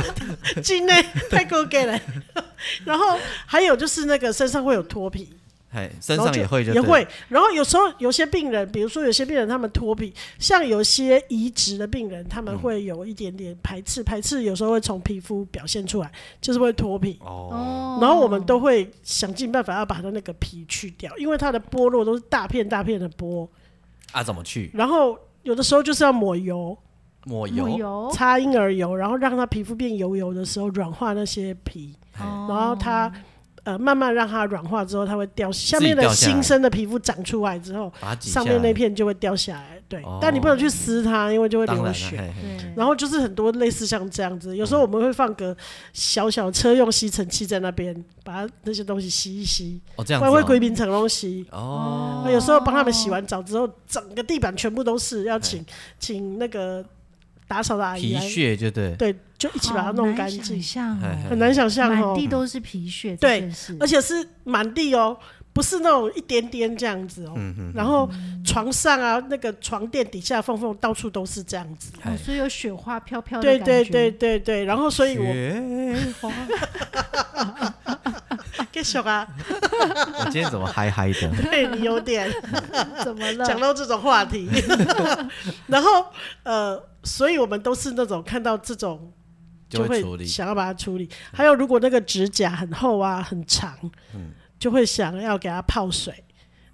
Speaker 2: 境内太够给了。然后还有就是那个身上会有脱皮，
Speaker 1: 哎，身
Speaker 2: 然后
Speaker 1: 上
Speaker 2: 就
Speaker 1: 也会就
Speaker 2: 也
Speaker 1: 对
Speaker 2: 会。然后有时候有些病人，比如说有些病人他们脱皮，像有些移植的病人，他们
Speaker 1: 嗯
Speaker 2: 会有一点点排斥，排斥有时候会从皮肤表现出来，就是会脱皮。
Speaker 1: 哦，
Speaker 3: 哦，
Speaker 2: 然后我们都会想尽办法要把它那个皮去掉，因为它的剥落都是大片大片的剥。
Speaker 1: 啊怎么去
Speaker 2: 然后有的时候就是要抹油，
Speaker 1: 抹
Speaker 3: 抹
Speaker 1: 油？
Speaker 3: 油，
Speaker 2: 擦婴儿油，然后让它皮肤变油油的时候软化那些皮，
Speaker 1: 哎
Speaker 3: 哦
Speaker 2: 然后它呃慢慢让它软化之后，它会掉下
Speaker 1: 自己
Speaker 2: 面的
Speaker 1: 掉下来
Speaker 2: 新生的皮肤长出来之后，
Speaker 1: 把它挤下
Speaker 2: 上
Speaker 1: 来
Speaker 2: 面那片就会掉下来。对，
Speaker 1: 哦
Speaker 2: 但你不能去撕它，因为就会
Speaker 1: 当然
Speaker 2: 流
Speaker 1: 了
Speaker 2: 血。
Speaker 1: 嘿嘿
Speaker 3: 对，
Speaker 2: 然后就是很多类似像这样子，有时候我们会放个小小车用吸尘器在那边，把它那些东西吸一吸，
Speaker 1: 哦这
Speaker 2: 不
Speaker 1: 样
Speaker 2: 然会归
Speaker 1: 子
Speaker 2: 冰成东西。
Speaker 1: 哦，
Speaker 2: 那有时候帮他们洗完澡之后，整个地板全部都是，要请请那个打扫的
Speaker 1: 哦
Speaker 2: 阿姨
Speaker 1: 皮
Speaker 2: 来，
Speaker 1: 屑就对，
Speaker 2: 对，就
Speaker 3: 哦
Speaker 2: 一起把它弄干净。
Speaker 3: 像
Speaker 1: 嘿嘿
Speaker 2: 很难想象
Speaker 3: 哦满
Speaker 2: 哦
Speaker 3: 地，都是皮屑，
Speaker 2: 对
Speaker 3: 这件事，
Speaker 2: 而且是满地哦，不是那种一点点这样子哦。
Speaker 1: 嗯
Speaker 2: 然后床上啊，那个床垫底下缝缝到处都是这样子。
Speaker 1: 哎
Speaker 3: 哦所以有雪花飘飘的
Speaker 2: 对
Speaker 3: 感觉，
Speaker 2: 对对对对，然后所以我
Speaker 1: 雪 花，
Speaker 2: 给小啊，
Speaker 1: 我今天怎么嗨嗨的？
Speaker 2: 对你有 点
Speaker 3: 怎么
Speaker 2: 讲
Speaker 3: 了？
Speaker 2: 到这种话 题，然后呃，所以我们都是那种看到这种
Speaker 1: 就会处
Speaker 2: 会
Speaker 1: 理
Speaker 2: 想要把它处理。还有，如果那个指甲很厚啊、很长，就会想要给它泡水，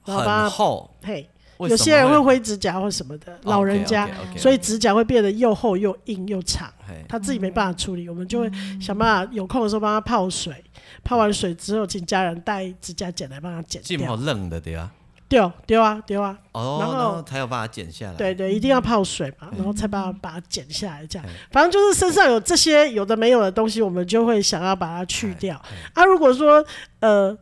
Speaker 2: 然后把它
Speaker 1: 嗯很厚，
Speaker 2: 嘿，
Speaker 1: 为
Speaker 2: 有
Speaker 1: 什
Speaker 2: 些
Speaker 1: 么
Speaker 2: 人
Speaker 1: 哦
Speaker 2: 会灰指甲或什么的，老人家，
Speaker 1: OK，OK，OK
Speaker 2: 所以指甲会变得又厚又硬又长，
Speaker 1: 嘿
Speaker 2: 他自己没办法处理，我们就会想办法有空的时候帮他泡水，泡完水之后请家人带指甲剪来帮他剪
Speaker 1: 进好
Speaker 2: 掉，
Speaker 1: 愣的对吧？
Speaker 2: 丢丢啊丢啊，
Speaker 1: 哦，
Speaker 2: 然
Speaker 1: 然
Speaker 2: 后
Speaker 1: 后才有把它剪下来。
Speaker 2: 对对，一定要泡水嘛，然后才把它把它剪下来，这样，反正就是身上有这些有的没有的东西，我们就会想要把它去掉。啊，如果说呃。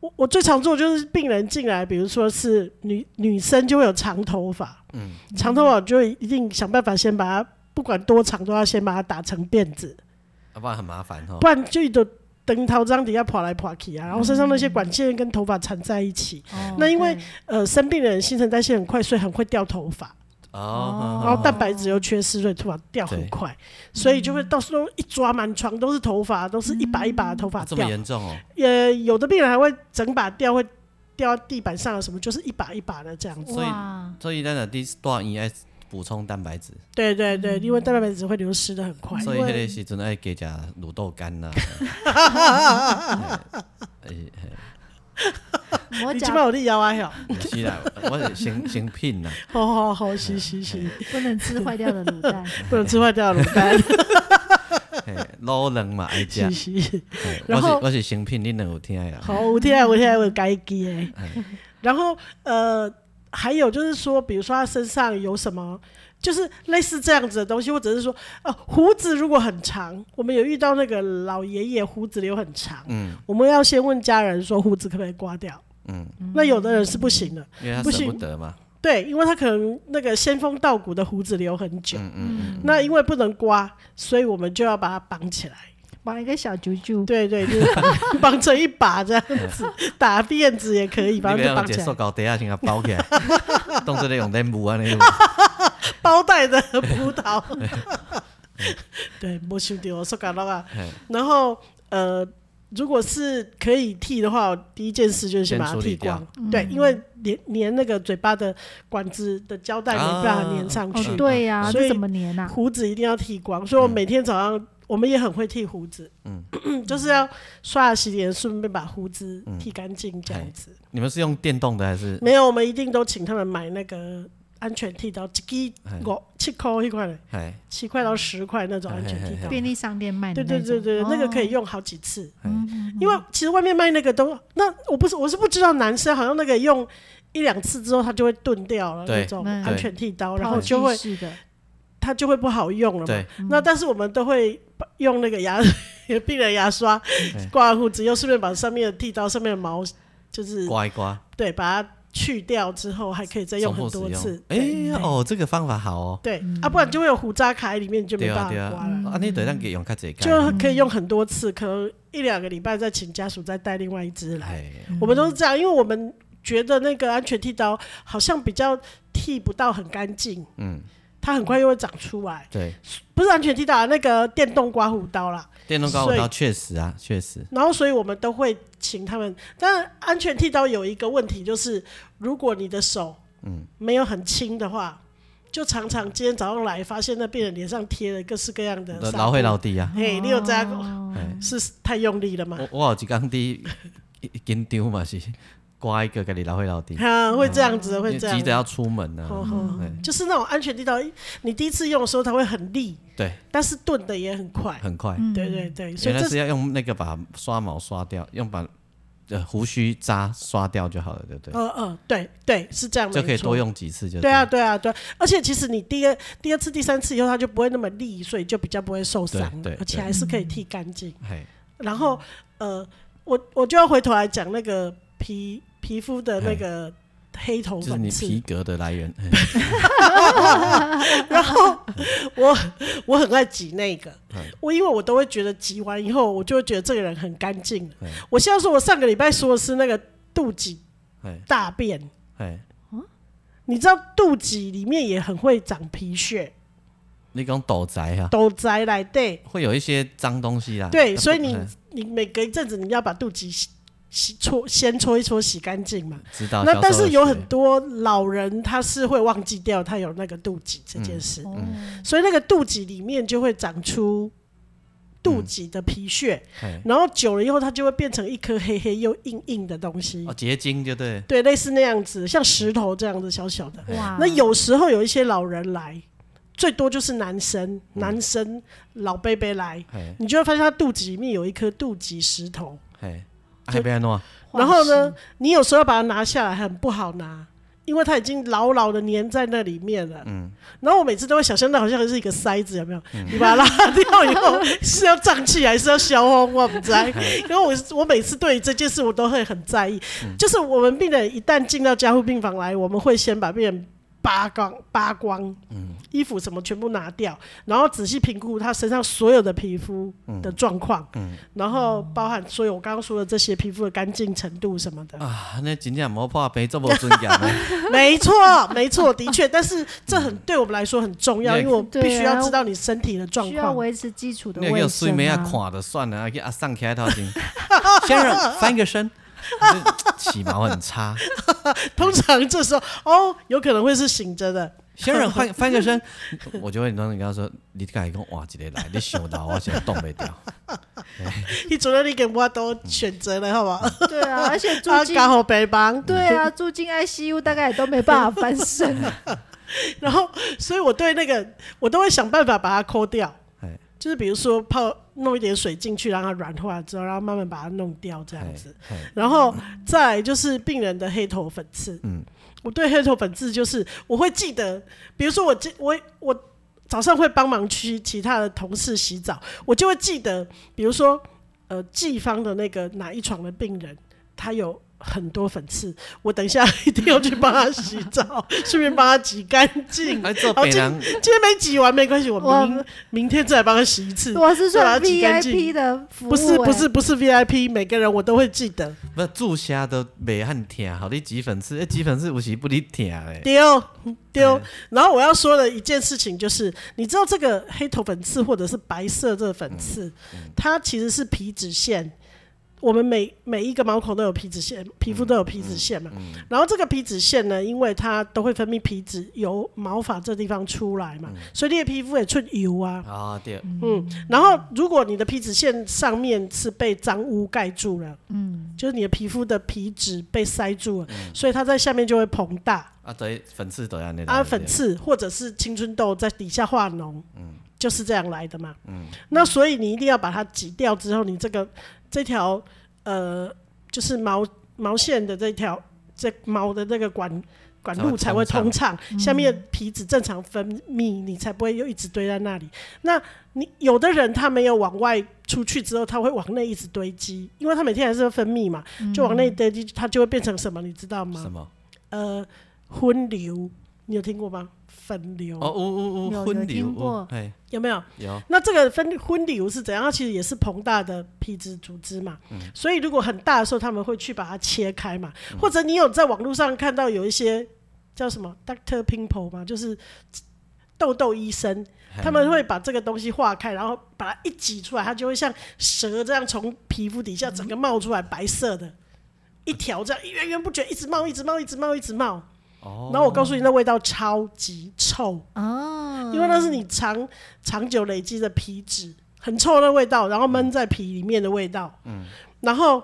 Speaker 2: 我我最常做就是病人进来，比如说是女女生就会有长头发，嗯，长头发就一定想办法先把它，不管多长都要先把它打成辫子，
Speaker 1: 要不然很麻烦哦哈
Speaker 2: 不。然就一直灯头张底下跑来跑去啊，然后身上那些管线跟头发缠在一起。
Speaker 3: 哦
Speaker 2: 那因为
Speaker 3: 对
Speaker 2: 呃，生病的人新陈代谢很快，所以很会掉头发。
Speaker 1: 哦，
Speaker 2: 然后蛋白质又缺失，所以头发掉很快，所以就会到时候一抓满床都是头发，都是一把一把的头
Speaker 1: 啊
Speaker 2: 发
Speaker 1: 这么
Speaker 2: 掉。
Speaker 1: 严重哦，
Speaker 2: 呃，有的病人还会整把掉，会掉到地板上了什么，就是一把一把的这样子。
Speaker 1: 所以
Speaker 3: 哇，
Speaker 1: 所以咱第多少应该补充蛋白质，
Speaker 2: 对对对，因为蛋白质会流失的很快。
Speaker 1: 所以迄个时阵爱加食卤豆干呐、 嘿嘿
Speaker 3: 我
Speaker 2: 你起
Speaker 3: 讲
Speaker 2: 码有力摇啊哟，
Speaker 1: 是啦，我是成成品啦，
Speaker 2: 好好好，是是是，
Speaker 3: 不能吃坏掉的卤蛋，
Speaker 2: 不能吃坏掉的卤蛋，
Speaker 1: 嘿卤卵嘛爱食
Speaker 2: 是，是。
Speaker 1: 嘿哎我
Speaker 2: 然
Speaker 1: 是
Speaker 2: 后
Speaker 1: 我是成品，恁能有听的啦？
Speaker 2: 好，五天五天我改记哎。然后呃，还有就是说，比如说他身上有什么，就是类似这样子的东西，或者是说，呃，胡子如果很长，我们有遇到那个老爷爷胡子留很长，
Speaker 1: 嗯
Speaker 2: 我们要先问家人说胡子可不可以刮掉。
Speaker 1: 嗯，
Speaker 2: 那有的人是不行的，
Speaker 1: 因为他
Speaker 2: 不
Speaker 1: 舍不
Speaker 2: 行
Speaker 1: 得嘛，
Speaker 2: 对，因为他可能那个仙风道骨的胡子留很久，
Speaker 1: 嗯嗯嗯，
Speaker 2: 那因为不能刮，所以我们就要把它绑起来。
Speaker 3: 绑一个小啾啾，
Speaker 2: 对对，就是 绑绑成一把这样子，打辫子也可以，
Speaker 1: 嗯你
Speaker 2: 把
Speaker 1: 不
Speaker 2: 它就
Speaker 1: 要
Speaker 2: 绑
Speaker 1: 用
Speaker 2: 起
Speaker 1: 一个
Speaker 2: 来
Speaker 1: 塑。胶袋啊，先给它包起 来，当做咧用啊脸布安尼有无，
Speaker 2: 包袋的葡 萄， 对，没想到说感到啊。
Speaker 1: 嘿
Speaker 2: 然后呃，如果是可以剃的话，我第一件事就是
Speaker 1: 先
Speaker 2: 把它
Speaker 1: 处理
Speaker 2: 剃光
Speaker 1: 掉，
Speaker 2: 对，因为连连那个嘴巴的管子的胶带没办法粘上去，
Speaker 3: 哦，对呀、
Speaker 2: 嗯所以
Speaker 3: 这怎么粘啊呐、
Speaker 2: 胡子一定要剃光，所以我每天早
Speaker 1: 嗯
Speaker 2: 上。我们也很会剃胡子， 就是要刷牙洗脸，顺便把胡子
Speaker 1: 嗯
Speaker 2: 剃干净，这样子。
Speaker 1: 你们是用电动的还是？
Speaker 2: 没有，我们一定都请他们买那个安全剃刀，一支
Speaker 1: 哎
Speaker 2: 五七块一块的，
Speaker 1: 哎，
Speaker 2: 七块到十块那种安全剃刀。
Speaker 3: 便利商店卖的
Speaker 2: 对
Speaker 3: 那种，
Speaker 2: 对对对，那个可以
Speaker 3: 哦，
Speaker 2: 用好几次，
Speaker 3: 嗯嗯
Speaker 2: 因为其实外面卖那个都，那我不是我是不知道男生好像那个用一两次之后它就会钝掉了
Speaker 1: 对
Speaker 2: 那种
Speaker 3: 嗯
Speaker 2: 安全剃刀，
Speaker 3: 嗯
Speaker 2: 然
Speaker 3: 抛
Speaker 2: 后
Speaker 3: 弃
Speaker 2: 就会
Speaker 3: 式的，
Speaker 2: 它就会不好用了嘛。
Speaker 1: 对，
Speaker 2: 那但是我们都会用那个牙 病人牙刷
Speaker 1: 对
Speaker 2: 刮完胡子，又顺便把上面的剃刀上面的毛就是
Speaker 1: 刮一刮，
Speaker 2: 对把它去掉之后，还可以再用
Speaker 1: 重
Speaker 2: 很
Speaker 1: 复使
Speaker 2: 多次
Speaker 1: 用。。
Speaker 2: 对对
Speaker 1: 哎，哦，这个方法好哦，
Speaker 2: 对啊，不然就会有胡渣卡在里面，你就没
Speaker 1: 对
Speaker 2: 办
Speaker 1: 啊
Speaker 2: 法
Speaker 1: 对
Speaker 2: 刮
Speaker 1: 啊
Speaker 2: 了。，
Speaker 1: 啊，你得让给用较济
Speaker 2: 就可以用很多次，可能一两个礼拜再请家属再带另外一只来。
Speaker 1: 哎，
Speaker 2: 我们都是这样，因为我们觉得那个安全剃刀好像比较剃不到很干净，
Speaker 1: 嗯，
Speaker 2: 它很快又会长出来。
Speaker 1: 对，
Speaker 2: 不是安全剃刀、啊，那个电动刮胡刀啦。
Speaker 1: 电动刮胡
Speaker 2: 所以
Speaker 1: 刀确实啊，确实，
Speaker 2: 然后，所以我们都会请他们。但安全剃刀有一个问题，就是如果你的手
Speaker 1: 嗯
Speaker 2: 没有很轻的话，就常常今天早上来发现那病人脸上贴了各式各样的纱
Speaker 1: 老会
Speaker 2: 布
Speaker 1: 老弟啊，
Speaker 2: 嘿，你有这样、
Speaker 1: 哎。
Speaker 2: 是太用力了吗？
Speaker 1: 我我有一工伫紧张嘛是，刮一个给你老会老弟，
Speaker 2: 啊，会这样子的，
Speaker 1: 因 为
Speaker 2: 会这样
Speaker 1: 急着要出门呢、
Speaker 2: 好
Speaker 1: 啊。
Speaker 2: 好好
Speaker 1: 对
Speaker 2: 就是那种安全地道，你第一次用的时候它会很利，
Speaker 1: 对，
Speaker 2: 但是钝的也很快。
Speaker 1: 很快，
Speaker 2: 对对对，嗯所
Speaker 1: 嗯原
Speaker 2: 以这
Speaker 1: 来是
Speaker 2: 是
Speaker 1: 要用那个把刷毛刷掉，用把呃胡须渣刷掉就好了，对不对？
Speaker 2: 呃呃，对对是这样，
Speaker 1: 就可以
Speaker 2: 没错
Speaker 1: 多。用几次就
Speaker 2: 对啊，对啊，对啊，而且其实你第二、第二次、第三次以后，它就不会那么利，所以就比较不会受伤
Speaker 1: 对对，
Speaker 2: 而且
Speaker 1: 对嗯
Speaker 2: 还是可以剃干净。
Speaker 1: 嘿，
Speaker 2: 然后，呃，我我就要回头来讲那个皮皮肤的那个黑头
Speaker 1: 哎就是
Speaker 2: 粉
Speaker 1: 你
Speaker 2: 刺，
Speaker 1: 皮革的来 源，嘿
Speaker 2: 然后我我很爱挤那个，
Speaker 1: 哎
Speaker 2: 我因为我都会觉得挤完以后，我就会觉得这个人很干净了
Speaker 1: 嗯。
Speaker 2: 我现在说，我上个礼拜说的是那个肚脐
Speaker 1: 嘿，
Speaker 2: 大便，
Speaker 1: 嘿，
Speaker 2: 你知道肚脐里面也很会长皮屑，
Speaker 1: 你讲斗宅啊，
Speaker 2: 都宅来对
Speaker 1: 会有一些脏东西啦。
Speaker 2: 对，
Speaker 1: 啊那不哎
Speaker 2: 所以你
Speaker 1: 嘿
Speaker 2: 你每隔一阵子你要把肚脐洗洗搓先搓一搓洗干净嘛。
Speaker 1: 知道，
Speaker 2: 那
Speaker 1: 销售
Speaker 2: 但是有
Speaker 1: 学
Speaker 2: 很多老人他是会忘记掉他有那个肚脐这
Speaker 1: 嗯
Speaker 2: 件事，
Speaker 3: 哦，
Speaker 2: 所以那个肚脐里面就会长出肚
Speaker 1: 嗯
Speaker 2: 脐的皮屑，
Speaker 1: 嘿
Speaker 2: 然后久了以后，它就会变成一颗黑黑又硬硬的东西，
Speaker 1: 哦结晶就对，
Speaker 2: 对，类似那样子，像石头这样子小小的。
Speaker 3: 哇，
Speaker 2: 那有时候有一些老人来，最多就是男生，男生老贝贝来，
Speaker 1: 嘿
Speaker 2: 你就会发现他肚子里面有一颗肚脐石头，
Speaker 1: 嘿，还别弄，
Speaker 3: 化
Speaker 2: 然后
Speaker 3: 石
Speaker 2: 呢，，你有时候要把它拿下来，很不好拿。因为它已经牢牢的粘在那里面了，嗯，然后我每次都会想象到好像是一个塞子，有没有？你把它拉掉以后 是要胀气还是要消风？我不知道。
Speaker 1: 嘿
Speaker 2: 因为我我每次对于这件事我都会很在意，就是我们病人一旦进到加护病房来，我们会先把病人扒光扒光，衣服什么全部拿掉，然后仔细评估他身上所有的皮肤的状况，然后包含所有我刚刚说的这些皮肤的干净程度什么的。
Speaker 1: 啊，那真正莫怕被这么尊严啊。
Speaker 2: 没错，没错，的确，但是这很对我们来说很重要，
Speaker 1: 对
Speaker 2: 因为我必须
Speaker 3: 对啊
Speaker 2: 要知道你身体的状
Speaker 3: 需要
Speaker 2: 况。
Speaker 3: 维持基础的
Speaker 1: 你有
Speaker 3: 卫
Speaker 1: 水
Speaker 3: 生
Speaker 1: 妹啊
Speaker 3: 啊。
Speaker 1: 看就算了，啊去啊送起来头前，先生翻个身， 就是起毛很差。
Speaker 2: 通常这时候哦，有可能会是醒着的，
Speaker 1: 仙人翻翻个身，我就会你当你跟他说，你改跟哇一个来，你想到我现在动 不掉。
Speaker 2: 你主任你给我都选择了，好不好？
Speaker 3: 对啊，而且住
Speaker 2: 他
Speaker 3: 进
Speaker 2: 刚好北方，
Speaker 3: 对啊，住进 ICU 大概也都没办法翻身。啊
Speaker 2: 然后，所以我对那个我都会想办法把它抠掉
Speaker 1: 哎，
Speaker 2: 就是比如说泡弄一点水进去，让它软化之后，然后慢慢把它弄掉这
Speaker 1: 哎
Speaker 2: 样子。
Speaker 1: 嘿，
Speaker 2: 然后再来就是病人的黑头粉刺，
Speaker 1: 嗯
Speaker 2: 我对黑头粉刺就是我会记得，比如说我记我我早上会帮忙去其他的同事洗澡，我就会记得，比如说呃季方的那个哪一床的病人，他有。很多粉刺，我等一下一定要去帮他洗澡，顺便帮他挤干净。
Speaker 1: 还哎做
Speaker 2: 好
Speaker 1: 北
Speaker 2: 今
Speaker 1: 南
Speaker 2: 今天没挤完没关系，我
Speaker 3: 我
Speaker 2: 明明天再来帮他洗一次。
Speaker 3: 我是
Speaker 2: 对
Speaker 3: 说
Speaker 2: 啊挤干净
Speaker 3: VIP 的服务、
Speaker 2: 不是不
Speaker 3: 哎
Speaker 2: 是不是 VIP，每个人我都会记得。
Speaker 1: 不是注虾都袂很疼，好你挤粉刺，哎挤粉刺有时不哩疼嘞。
Speaker 2: 丢丢
Speaker 1: 哎。
Speaker 2: 然后我要说的一件事情就是，你知道这个黑头粉刺或者是白色这个粉刺，它其实是皮脂腺。我们每每一个毛孔都有皮脂腺，皮肤都有皮脂腺嘛。然后这个皮脂腺呢，因为它都会分泌皮脂由毛发这地方出来嘛，所以你的皮肤也出油啊。
Speaker 1: 啊对，
Speaker 2: 嗯，然后如果你的皮脂腺上面是被脏污盖住了，嗯，就是你的皮肤的皮脂被塞住了，所以它在下面就会膨大。
Speaker 1: 啊对，粉刺都要那
Speaker 2: 啊，粉刺或者是青春痘在底下化脓，
Speaker 1: 嗯
Speaker 2: 就是这样来的嘛，那所以你一定要把它挤掉之后，你这个这条呃，就是毛毛线的这条这毛的这个管管路才
Speaker 1: 才
Speaker 2: 会
Speaker 1: 会
Speaker 2: 通
Speaker 1: 通
Speaker 2: 畅，下面皮脂正常分泌，你才不会又一直堆在那里。那你有的人他没有往外出去之后，他会往内一直堆积，因为他每天还是会分泌嘛，就往内堆积，它就会变成什么，你知道吗？
Speaker 1: 什么？
Speaker 2: 呃婚流，你有听过吗？分流、
Speaker 1: 哦呜呜
Speaker 3: 有
Speaker 1: 呜，婚
Speaker 3: 有
Speaker 1: 礼
Speaker 3: 听
Speaker 1: 呜
Speaker 3: 过，
Speaker 1: 哎
Speaker 2: 有没有？
Speaker 1: 有
Speaker 2: 那这个分婚流是怎样？它其实也是膨大的皮质组织嘛，所以如果很大的时候，他们会去把它切开嘛，
Speaker 1: 嗯
Speaker 2: 或者你有在网络上看到有一些叫什么 Doctor Pimple 嘛，就是痘痘医生，
Speaker 1: 嘿
Speaker 2: 他们会把这个东西化开，然后把它一挤出来，它就会像蛇这样从皮肤底下整个冒出来，白色的，一条这样源源不绝，一直冒，一直冒，一直冒，一直冒。
Speaker 1: 哦，
Speaker 2: 然后我告诉你，那味道超级臭，
Speaker 3: 哦，
Speaker 2: 因为那是你长长久累积的皮脂，很臭的味道，然后闷在皮里面的味道，嗯，然后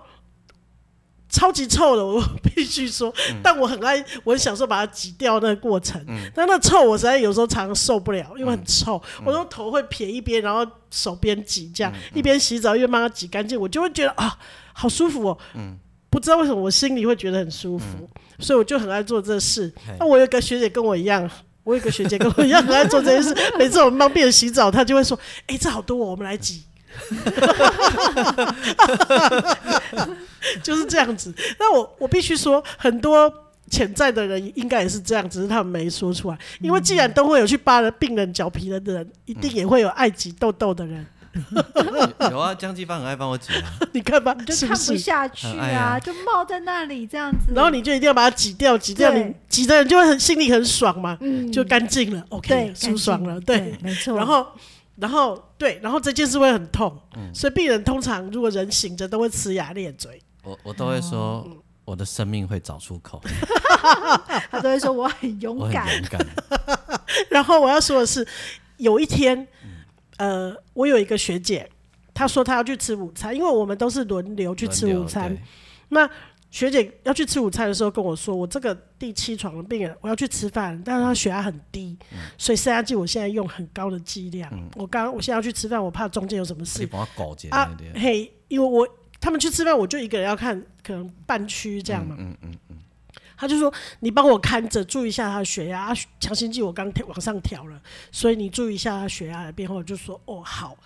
Speaker 2: 超级臭的，我必须说，但我很爱，我很享受把它挤掉那个过程，但那臭我实在有时候常常受不了，因为很臭，我都头会撇一边，然后手边挤这样，一边洗澡一边帮它挤干净，我就会觉得啊，好舒服哦，嗯。不知道为什么我心里会觉得很舒服，所以我就很爱做这事
Speaker 1: 嘿。
Speaker 2: 那我有一个学姐跟我一样，我有一个学姐跟我一样很爱做这件事，每次我们帮病人洗澡，她就会说：“哎、这好多、哦，我们来挤。” 就是这样子。那我我必须说，很多潜在的人应该也是这样，只是他们没说出来。因为既然都会有去扒了病人脚皮的人，一定也会有爱挤痘痘的人。
Speaker 1: 有有啊，江继芳很爱帮我挤啊，
Speaker 2: 你看吧，
Speaker 3: 你
Speaker 2: 是
Speaker 3: 就
Speaker 2: 不
Speaker 3: 看不
Speaker 2: 是？
Speaker 3: 下去
Speaker 1: 很
Speaker 3: 啊，
Speaker 1: 爱啊
Speaker 3: 就冒在那里这样子。
Speaker 2: 然后你就一定要把它挤掉，挤掉
Speaker 3: 对
Speaker 2: 你挤的人就会很心里很爽嘛，
Speaker 3: 嗯
Speaker 2: 就干净了，OK，
Speaker 3: 对
Speaker 2: 了舒爽了，
Speaker 3: 干
Speaker 2: 对
Speaker 3: 净。没错。
Speaker 2: 然后，然后对，然后这件事会很痛，
Speaker 1: 嗯
Speaker 2: 所以病人通常如果人醒着都会呲牙咧嘴。
Speaker 1: 我我都会说
Speaker 3: 哦
Speaker 1: 我的生命会找出口，
Speaker 3: 他都会说我很
Speaker 1: 我
Speaker 3: 勇
Speaker 1: 很
Speaker 3: 敢，
Speaker 1: 勇敢，
Speaker 2: 然后我要说的是，有一天，
Speaker 1: 嗯
Speaker 2: 呃，我有一个学姐，她说她要去吃午餐，因为我们都是轮流 去吃
Speaker 1: 轮流
Speaker 2: 午餐
Speaker 1: 对。
Speaker 2: 那学姐要去吃午餐的时候跟我说，我这个第七床的病人，我要去吃饭，但是她血压很低，
Speaker 1: 嗯
Speaker 2: 所以升压剂我现在用很高的剂量。我刚我现在要去吃饭，我怕中间有什么
Speaker 1: 你
Speaker 2: 事
Speaker 1: 帮我搞结
Speaker 2: 啊
Speaker 1: 那点。
Speaker 2: 嘿，因为我他们去吃饭，我就一个人要看可能半区这样嘛。
Speaker 1: 嗯嗯嗯，
Speaker 2: 他就说：“你帮我看着，注意一下他的血压。啊，强心剂我刚调往上调了，所以你注意一下他血压的变化。”我就说：“哦，好。”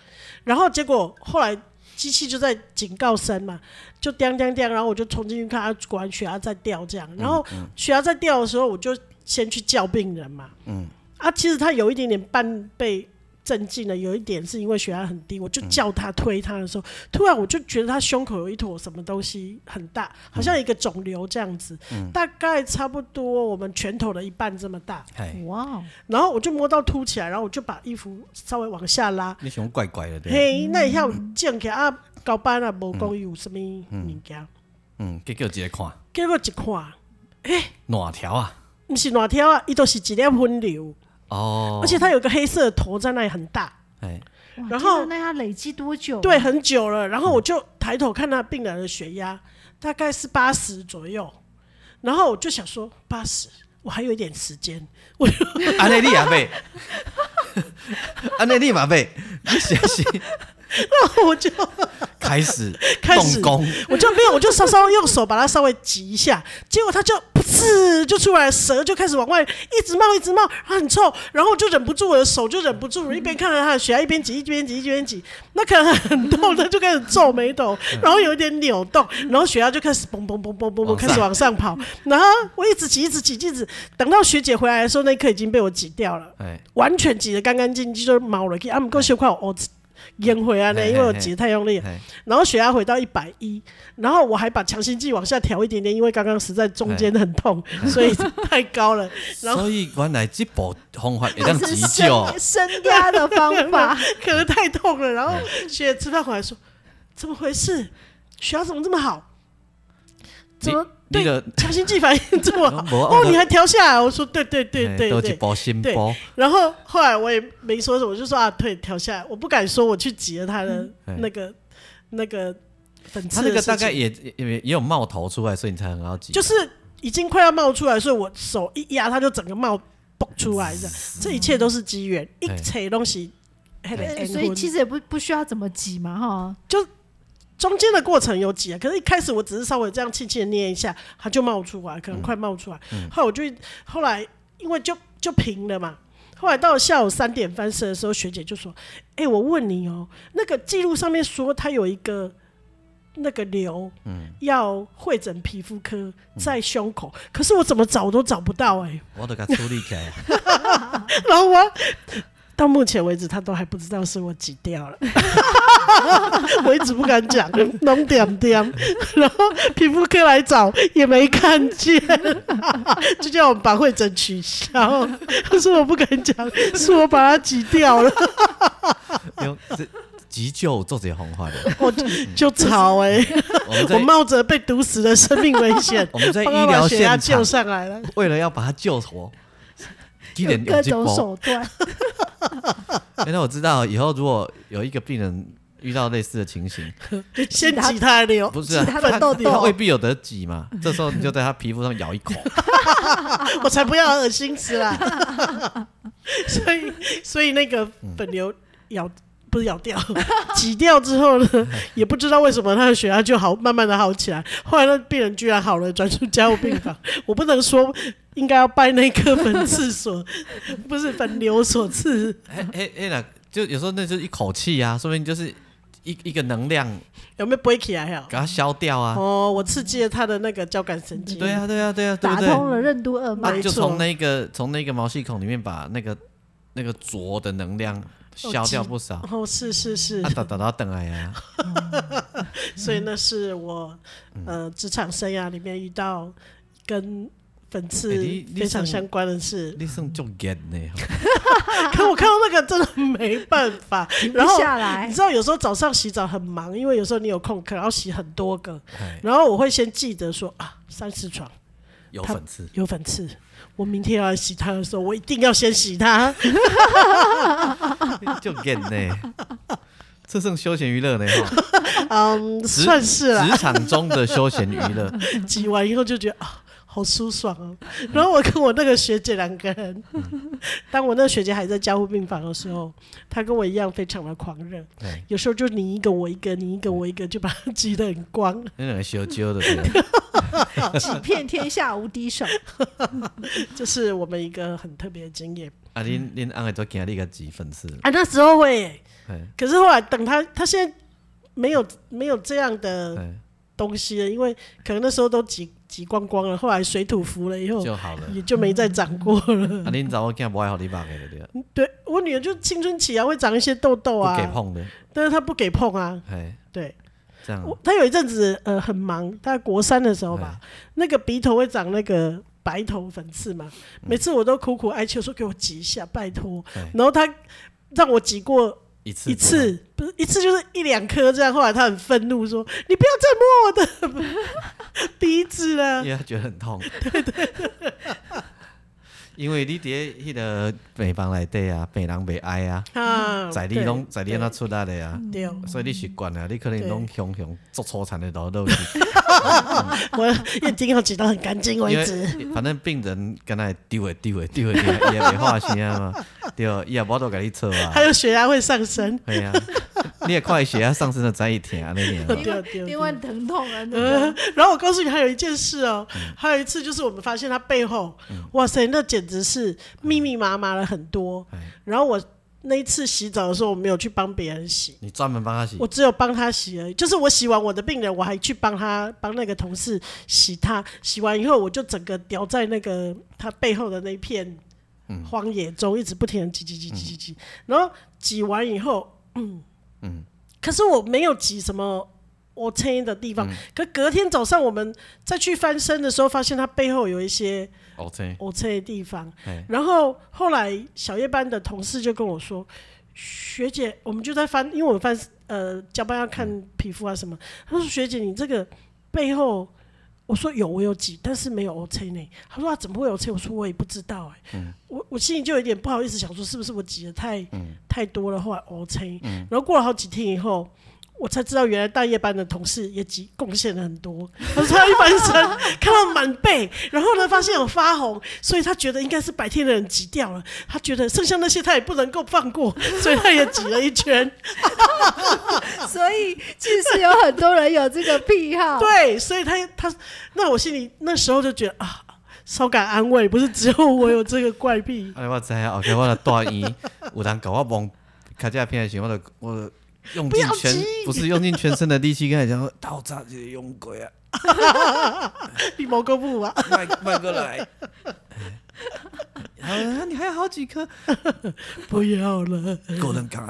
Speaker 2: 然后结果后来机器就在警告声嘛，就叮叮叮，然后我就冲进去看，他果然血压在掉，这样。然后
Speaker 1: 嗯
Speaker 2: 血压在掉的时候，我就先去叫病人嘛。嗯。啊，其实他有一点点半被镇静了，有一点是因为血压很低，我
Speaker 1: 嗯
Speaker 2: 就叫他推他的时候，突然我就觉得他胸口有一坨什么东西很大，
Speaker 1: 嗯
Speaker 2: 好像一个肿瘤这样子，大概差不多我们拳头的一半这么大。
Speaker 1: 嗨，
Speaker 3: 哇哦，
Speaker 2: 然后我就摸到凸起来，然后我就把衣服稍微往下拉，
Speaker 1: 你熊怪怪的对
Speaker 2: 啊
Speaker 1: 吧。
Speaker 2: 嘿，那一下有见起啊，搞班啊，无讲有什么物件，
Speaker 1: 嗯，给叫一个看，
Speaker 2: 结果一看，
Speaker 1: 哪条啊？
Speaker 2: 不是哪条啊，伊都是一粒分流，
Speaker 1: 哦，
Speaker 2: 而且它有个黑色的头在那里很大，
Speaker 1: 哎，
Speaker 3: 哇
Speaker 2: 然
Speaker 3: 这个
Speaker 2: 后
Speaker 3: 那要累积多久、啊
Speaker 2: 对，，很久了。然后我就抬头看他病人的血压，大概是八十左右，然后我就想说八十。我还有一点时间，
Speaker 1: 安内利亚贝， 安内利马贝，你是不是
Speaker 2: 然后我就
Speaker 1: 开始
Speaker 2: 开始
Speaker 1: 动工，
Speaker 2: 我就没有，我就稍稍用手把它稍微挤一下，结果它就噗呲就出来了，蛇就开始往外一直冒，一直冒，然后很臭，然后我就忍不住我的手就忍不住，一边看着它的血压一边挤，一边挤，一边挤，那可能很痛，它就开始皱眉 头，
Speaker 1: 嗯
Speaker 2: 然后有一点扭动，然后血压就开始嘣嘣嘣嘣嘣嘣
Speaker 1: 往上
Speaker 2: 开始往上跑，然后我一直挤，一直挤，一直等到学姐回来的时候，那一刻已经被我挤掉了。
Speaker 1: 哎，
Speaker 2: 完全挤得干干净净，就是毛了去。啊，不过小块我 淹回来呢，因为我挤得太用力了。
Speaker 1: 哎，
Speaker 2: 然后血压回到一百一，然后我还把强心剂往下调一点点，因为刚刚实在中间很痛，
Speaker 1: 哎
Speaker 2: 所以太高 了。然后
Speaker 1: 所以原来这部方法也让
Speaker 3: 是
Speaker 1: 急
Speaker 3: 升
Speaker 1: 救，
Speaker 3: 升压的方法。
Speaker 2: 可能太痛了，然后
Speaker 1: 哎
Speaker 2: 学姐吃饭回来说：“怎么回事？血压怎么这么好？怎么
Speaker 1: 那
Speaker 2: 对
Speaker 1: 个
Speaker 2: 强心剂反应这么好？ 哦，你还调下来？”我说：“对对对对
Speaker 1: 都
Speaker 2: 对
Speaker 1: 一。包新
Speaker 2: 对
Speaker 1: 包，
Speaker 2: 然后后来我也没说什么，我就说啊，对，调下来，我不敢说我去挤了他的
Speaker 1: 嗯
Speaker 2: 那个、那个粉
Speaker 1: 他
Speaker 2: 刺的事情。
Speaker 1: 那个大概也也也也有冒头出来，所以你才很好急，
Speaker 2: 就是已经快要冒出来，所以我手一压，它就整个冒蹦出来的。这一切都是机缘，一
Speaker 1: 哎
Speaker 2: 切东西。那个
Speaker 3: 呃
Speaker 2: 缘
Speaker 3: 所以
Speaker 2: 分
Speaker 3: 其实也不不需要怎么挤嘛，哈。
Speaker 2: 中间的过程有几啊？可是一开始我只是稍微这样轻轻的捏一下，它就冒出来，可能快冒出来。后来我就后来因为就就平了嘛。后来到了下午三点翻身的时候，学姐就说：“哎、我问你哦、那个记录上面说它有一个那个瘤，要会诊皮肤科在胸口，可是我怎么找都找不到哎、
Speaker 1: 我都给他处理起来，
Speaker 2: 然后我到目前为止，他都还不知道是我挤掉了， 我一直不敢讲，弄点点。然后皮肤科来找也没看见， 就叫我们把会诊取消。他说我不敢讲，是我把它挤掉了，
Speaker 1: 用这急救做这些方法 的，
Speaker 2: 我就就吵哎、
Speaker 1: 我们
Speaker 2: 我
Speaker 1: 在，
Speaker 2: 冒着被毒死的生命危险
Speaker 1: 我们在医
Speaker 2: 帮他把
Speaker 1: 疗
Speaker 2: 血压
Speaker 1: 现场
Speaker 2: 救，上来了。
Speaker 1: 为了要把他救 活，一
Speaker 3: 有
Speaker 1: 点
Speaker 3: 各
Speaker 1: 有这
Speaker 3: 种
Speaker 1: 包
Speaker 3: 手段，
Speaker 1: 哎，那我知道以后如果有一个病人遇到类似的 情形，
Speaker 2: 先挤他的流，
Speaker 1: 不是啊，
Speaker 3: 其他的
Speaker 1: 他
Speaker 3: 痘痘
Speaker 1: 他未必有得挤嘛，这时候你就在他皮肤上 咬一口，
Speaker 2: 我才不要恶心死啦！所以，所以那个
Speaker 1: 嗯
Speaker 2: 粉瘤咬不是咬掉， 挤掉之后 呢，也不知道为什么他的血压就好，慢慢的好起来。后来那病人居然好了，转出加护病 房。我不能说应该要拜那颗粉刺所， 不是粉瘤所赐，
Speaker 1: 哎哎哎那就有时候那就是一口气啊，说不定就是一一个能量
Speaker 2: 有没有背起 来啊？
Speaker 1: 给它消掉啊，
Speaker 2: 哦，我刺激了他的那个交感神经。
Speaker 1: 对啊对啊对啊，对
Speaker 3: 打
Speaker 1: 不对？
Speaker 3: 通了任督二脉
Speaker 2: 没
Speaker 1: 啊，。就
Speaker 2: 错
Speaker 1: 从那个从那个毛细孔里面把那个那个浊的能量消掉不少，
Speaker 2: 哦，是是是
Speaker 1: 啊，打打到等来呀，
Speaker 2: 所以那是我
Speaker 1: 嗯
Speaker 2: 呃职场生涯里面遇到跟粉刺
Speaker 1: 欸你你
Speaker 2: 非常
Speaker 1: 算
Speaker 2: 相关的事，
Speaker 1: 你算就严呢， 啊
Speaker 2: 可我看到那个真的没办法
Speaker 3: 停，不
Speaker 2: 然后。
Speaker 3: 下
Speaker 2: 你
Speaker 1: 哎
Speaker 3: 来，
Speaker 2: 知道有时候早上洗澡很忙，因为有时候你有空，可能要洗很多个。
Speaker 1: 哎
Speaker 2: 然后我会先记得说啊，三十床
Speaker 1: 有粉 刺，
Speaker 2: 有粉刺，我明天要来洗它的时候，我一定要先洗它。
Speaker 1: 就严呢，这算休闲娱乐呢， 哈
Speaker 2: 嗯，算是啦。
Speaker 1: 职场中的休闲娱 乐，
Speaker 2: 挤完以后就觉得啊，好舒爽哦、然后我跟我那个学姐两个 人，当我那个学姐还在加护病房的时候，她跟我一样非常的狂热，
Speaker 1: 对，
Speaker 2: 有时候就你一个我一个，你一个我一个，就把她挤得很光。
Speaker 1: 那两个修纠的，对不对
Speaker 3: 几遍天下无敌手。
Speaker 2: 这是我们一个很特别的经验
Speaker 1: 啊，恁恁安个都给你个几粉刺，
Speaker 2: 啊。那时候会、
Speaker 1: 哎
Speaker 2: 可是后来等她，她现在没有没有这样的
Speaker 1: 哎，
Speaker 2: 东西了，因为可能那时候都挤挤光光了，后来水土服了以后。
Speaker 1: 就好了。
Speaker 2: 也就没再长过了。
Speaker 1: 啊，恁查某囝不爱好你绑的对了，
Speaker 2: 对我女儿就青春期啊，会长一些痘痘
Speaker 1: 不
Speaker 2: 啊，
Speaker 1: 给碰的，
Speaker 2: 但是他不给碰啊。
Speaker 1: 哎，
Speaker 2: 对，
Speaker 1: 这样
Speaker 2: 我他有一阵子呃很忙，大概国三的时候吧，
Speaker 1: 哎
Speaker 2: 那个鼻头会长那个白头粉刺嘛，每次我都苦苦哀求说给我挤一下，拜托
Speaker 1: 嗯哎。
Speaker 2: 然后他让我挤过
Speaker 1: 一次
Speaker 2: 一次，不是一次就是一两颗这样，后来他很愤怒说：“你不要再摸我的， 啊
Speaker 1: 因为他觉得很痛。对对。 因为你伫迄个病房内底啊，病人袂爱啊，
Speaker 2: 啊，
Speaker 1: 在你
Speaker 2: 对嗯
Speaker 1: 拢在你安怎出来的啊，
Speaker 2: 对，
Speaker 1: 所以你习惯啊，你可能
Speaker 2: 对
Speaker 1: 拢雄雄做粗残的都落去，
Speaker 2: 我眼睛要挤到很干净
Speaker 1: 因
Speaker 2: 为止。
Speaker 1: 为啊反正病人敢若会丢诶丢诶丢诶，丢的伊也袂发声啊嘛，对，伊也无度甲你错啊
Speaker 2: 还，有血压会上升，
Speaker 1: 系啊，你也快血压啊上升了，知伊疼安尼尔。
Speaker 2: 对啊对对
Speaker 3: 因为疼痛啊，
Speaker 2: 呃
Speaker 3: 那，
Speaker 2: 然后我告诉你，还有一件事哦，还有一次就是我们发现他背后，哇塞，那简直是密密麻麻了很多。
Speaker 1: 哎
Speaker 2: 然后我那一次洗澡的时候，我没有去帮别人洗，
Speaker 1: 你专门帮他洗
Speaker 2: 我，只有帮他洗而已。就是我洗完我的病人，我还去帮他帮那个同事洗他，洗完以后我就整个掉在那个他背后的那一片荒野中，一直不停的挤挤挤挤挤挤，然后挤完以后，
Speaker 1: 嗯，
Speaker 2: 可是我没有挤什么我撑的地方。可隔天早上我们再去翻身的时候，发现它背后有一些
Speaker 1: 哦，真的，
Speaker 2: 我撑的地方。
Speaker 1: 哎，
Speaker 2: 然后后来小夜班的同事就跟我说：“学姐，我们就在翻，因为我们翻呃交班要看皮肤啊什么。”他说：“学姐，你这个背后。”我说有，我有挤，但是没有 OK 呢。他说、啊、怎么会有 OK？我说我也不知道哎、我我心里就有点不好意思，想说是不是我挤的太、太多了，后来 OK、然后过了好几天以后，我才知道原来大夜班的同事也挤贡献了很多。他说他一翻 身看到满背，然后呢发现有发红，所以他觉得应该是白天的人挤掉了。他觉得剩下那些他也不能够放 过，所以他也挤了一圈。
Speaker 3: 所以其实有很多人有这个癖好，
Speaker 2: 对，所以他他那我心里那时候就觉得啊，稍感安慰，不是只有我有这个怪癖。
Speaker 1: 啊，我知啊，OK，我来大医院，有人搞我蒙卡架片的时候，我就我就用尽全
Speaker 2: 不要急
Speaker 1: 不是用尽全身的力气跟他讲说，到早就用过啊，
Speaker 2: 你毛哥不啊？
Speaker 1: 迈迈过来。好啊，你还有好几颗，
Speaker 2: 不要了，
Speaker 1: 个人讲，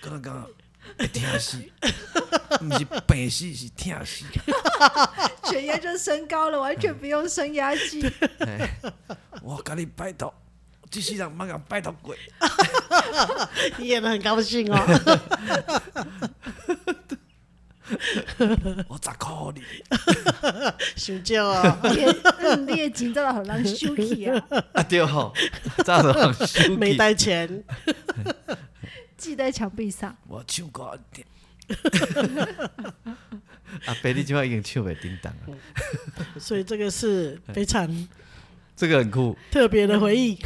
Speaker 1: 个人讲，啊会疼死，不是病死，是疼死。
Speaker 3: 血压就升高了，完全不用升压计，
Speaker 1: 哎我甲你拜托，这世人莫甲拜托过。
Speaker 2: 你演的很高兴哦。
Speaker 1: 我十箍你，
Speaker 2: 想叫 哦，
Speaker 3: 你也嗯你也紧张的好让休息啊，
Speaker 1: 啊对吼， 早就很生
Speaker 2: 没
Speaker 1: 气，
Speaker 2: 带钱，
Speaker 3: 记在墙壁上。
Speaker 1: 我唱歌安定。阿伯，啊你即摆已经唱袂叮当了，
Speaker 2: 所以这个是非常
Speaker 1: 这个很酷。
Speaker 2: 特别的回忆。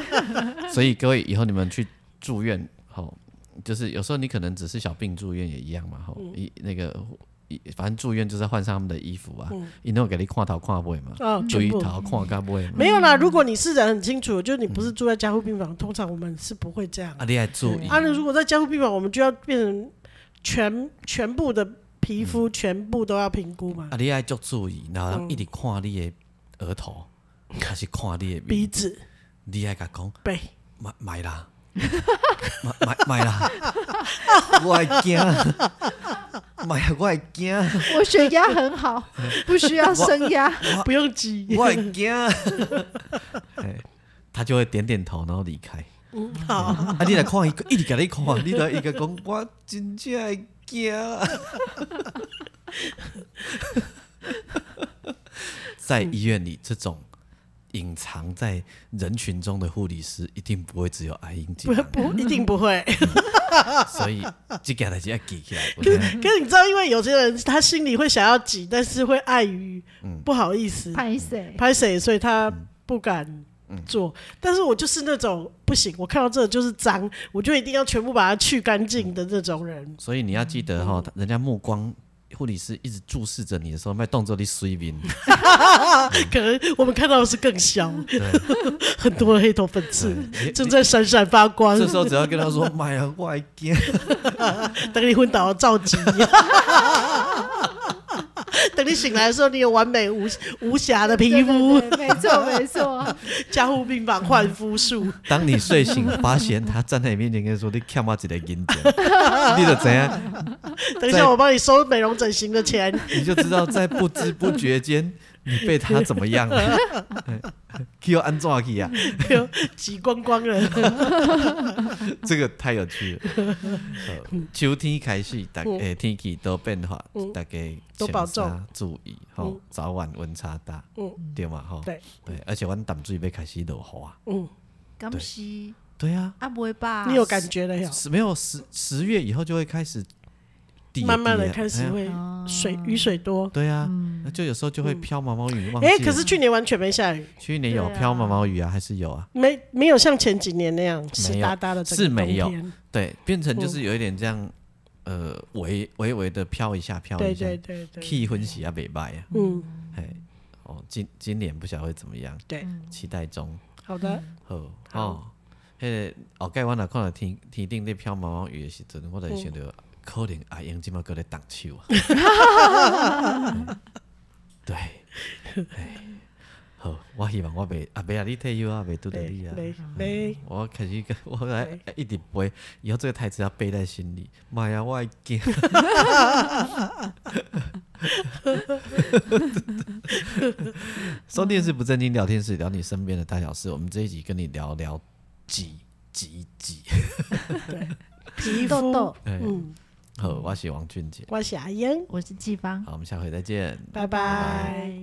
Speaker 1: 所以各位以后你们去住院，吼，就是有时候你可能只是小病住院也一样嘛，吼，
Speaker 2: 嗯
Speaker 1: 一那个一反正住院就是换上他们的衣服啊，因为给你看头看尾嘛，
Speaker 2: 哦，
Speaker 1: 注
Speaker 2: 嗯全
Speaker 1: 意
Speaker 2: 部嗯
Speaker 1: 头看甲尾嘛，
Speaker 2: 没有啦。如果你是人很清楚，就是你不是住在加护病房，通常我们是不会这样。
Speaker 1: 嗯啊，你还注意
Speaker 2: 啊，那如果在加护病房，我们就要变成全全部的皮肤全部都要评估嘛
Speaker 1: 嗯啊，，你爱足注意，然
Speaker 2: 嗯
Speaker 1: 后人一直看你的额头，还是看你的
Speaker 2: 鼻
Speaker 1: 面，
Speaker 2: 子、
Speaker 1: 你爱甲讲
Speaker 2: 背，
Speaker 1: 买买啦， 买买买啦，我会惊，买啊，我会惊，
Speaker 3: 我血压 很好，不需要升压。
Speaker 1: 我
Speaker 2: 不用急。
Speaker 1: 我会惊，哎他就会点点头，然后离开。
Speaker 2: 嗯，好，
Speaker 1: 啊，你来看伊，一直甲你看，你来伊个讲，我真正会惊。在医院里，这种隐藏在人群中的护理师，一定不会只有阿英姐
Speaker 2: 不，不一定不会。
Speaker 1: 所以这件代志要记起来。有
Speaker 2: 可是
Speaker 1: 没有
Speaker 2: 可是你知道，因为有些人他心里会想要挤，但是会碍于
Speaker 1: 嗯
Speaker 2: 不好意思
Speaker 3: 拍谁？
Speaker 2: 拍谁，所以他不敢。做，
Speaker 1: 嗯
Speaker 2: 但是我就是那种不行，我看到这就是脏，我就一定要全部把它去干净的那种人。
Speaker 1: 所以你要记得哈、人家目光护理师一直注视着你的时候，卖动作你水面。
Speaker 2: 可能我们看到的是更小，很多的黑头粉刺
Speaker 1: 对
Speaker 2: 正在闪闪发光。
Speaker 1: 这时候只要跟他说：“ 妈呀，我会惊。”
Speaker 2: 等你昏倒的召集， 等你醒来的时候，你有完美无无瑕的皮肤
Speaker 3: 对，对对没错 没错，
Speaker 2: 加护病房换肤术。
Speaker 1: 当你睡醒，发现他站在你面前跟你说：“你欠我一个银子。” 你就怎样？
Speaker 2: 等一下，我帮你收美容整形的钱。
Speaker 1: 你就知道在不知不觉间，你被他怎么样了？ 去安怎去啊？
Speaker 2: 挤光光了。
Speaker 1: 这个太 有趣了。呃秋天开始，大诶、天气都变化，大家
Speaker 2: 嗯都保重
Speaker 1: 请大家注意吼、早晚温差大，
Speaker 2: 嗯
Speaker 1: 对嘛吼、
Speaker 2: 对
Speaker 1: 对，而且阮淡水要开始落雨啊，
Speaker 2: 嗯，
Speaker 3: 敢
Speaker 1: 对
Speaker 3: 是
Speaker 1: 对啊，
Speaker 3: 啊，不会吧？
Speaker 2: 你有感觉了呀？
Speaker 1: 十没有十十月以后就会开始滴
Speaker 2: 慢慢的
Speaker 1: 滴
Speaker 2: 开始
Speaker 1: 哎呀
Speaker 2: 会
Speaker 3: 啊
Speaker 2: 水雨水多，
Speaker 1: 对啊，那就有时候就会飘毛毛雨。忘记
Speaker 2: 哎，可
Speaker 1: 了
Speaker 2: 是去年完全没下雨，
Speaker 1: 去年有
Speaker 3: 对啊
Speaker 1: 飘毛毛雨啊，还是有啊？
Speaker 2: 没没有像前几年那样湿哒哒的整个
Speaker 1: 是没有
Speaker 2: 冬天
Speaker 1: 对，变成
Speaker 2: 嗯
Speaker 1: 就是有一点这样，呃，微微微的飘一下，飘
Speaker 2: 对
Speaker 1: 一下
Speaker 2: 对对对，
Speaker 1: 气氛喜啊，北拜啊，
Speaker 2: 嗯，
Speaker 1: 哎，哦，今今年不晓得会怎么样，
Speaker 2: 对，
Speaker 1: 期待中。
Speaker 2: 好的，
Speaker 1: 好，哦，迄个后盖我若看到天天顶咧飘毛毛雨的时阵，我就会想到哦可能阿英即马搁咧动手 啊。对，哎好，我希望我袂阿袂啊，你退休啊，袂拄着你啊。
Speaker 2: 没没，
Speaker 1: 我开始跟我来一直背，以后这个台词要背在心里。妈呀，我会惊！收电视不正经聊天室，聊你身边的大小事。我们这一集跟你聊聊挤挤挤。
Speaker 2: 皮
Speaker 3: 豆
Speaker 2: 肤，
Speaker 3: 豆，
Speaker 2: 嗯，
Speaker 1: 好，我是王俊杰。
Speaker 2: 我是阿英，
Speaker 3: 我是季芳，
Speaker 1: 好，我们下回再见。
Speaker 2: 啊拜拜。
Speaker 3: 拜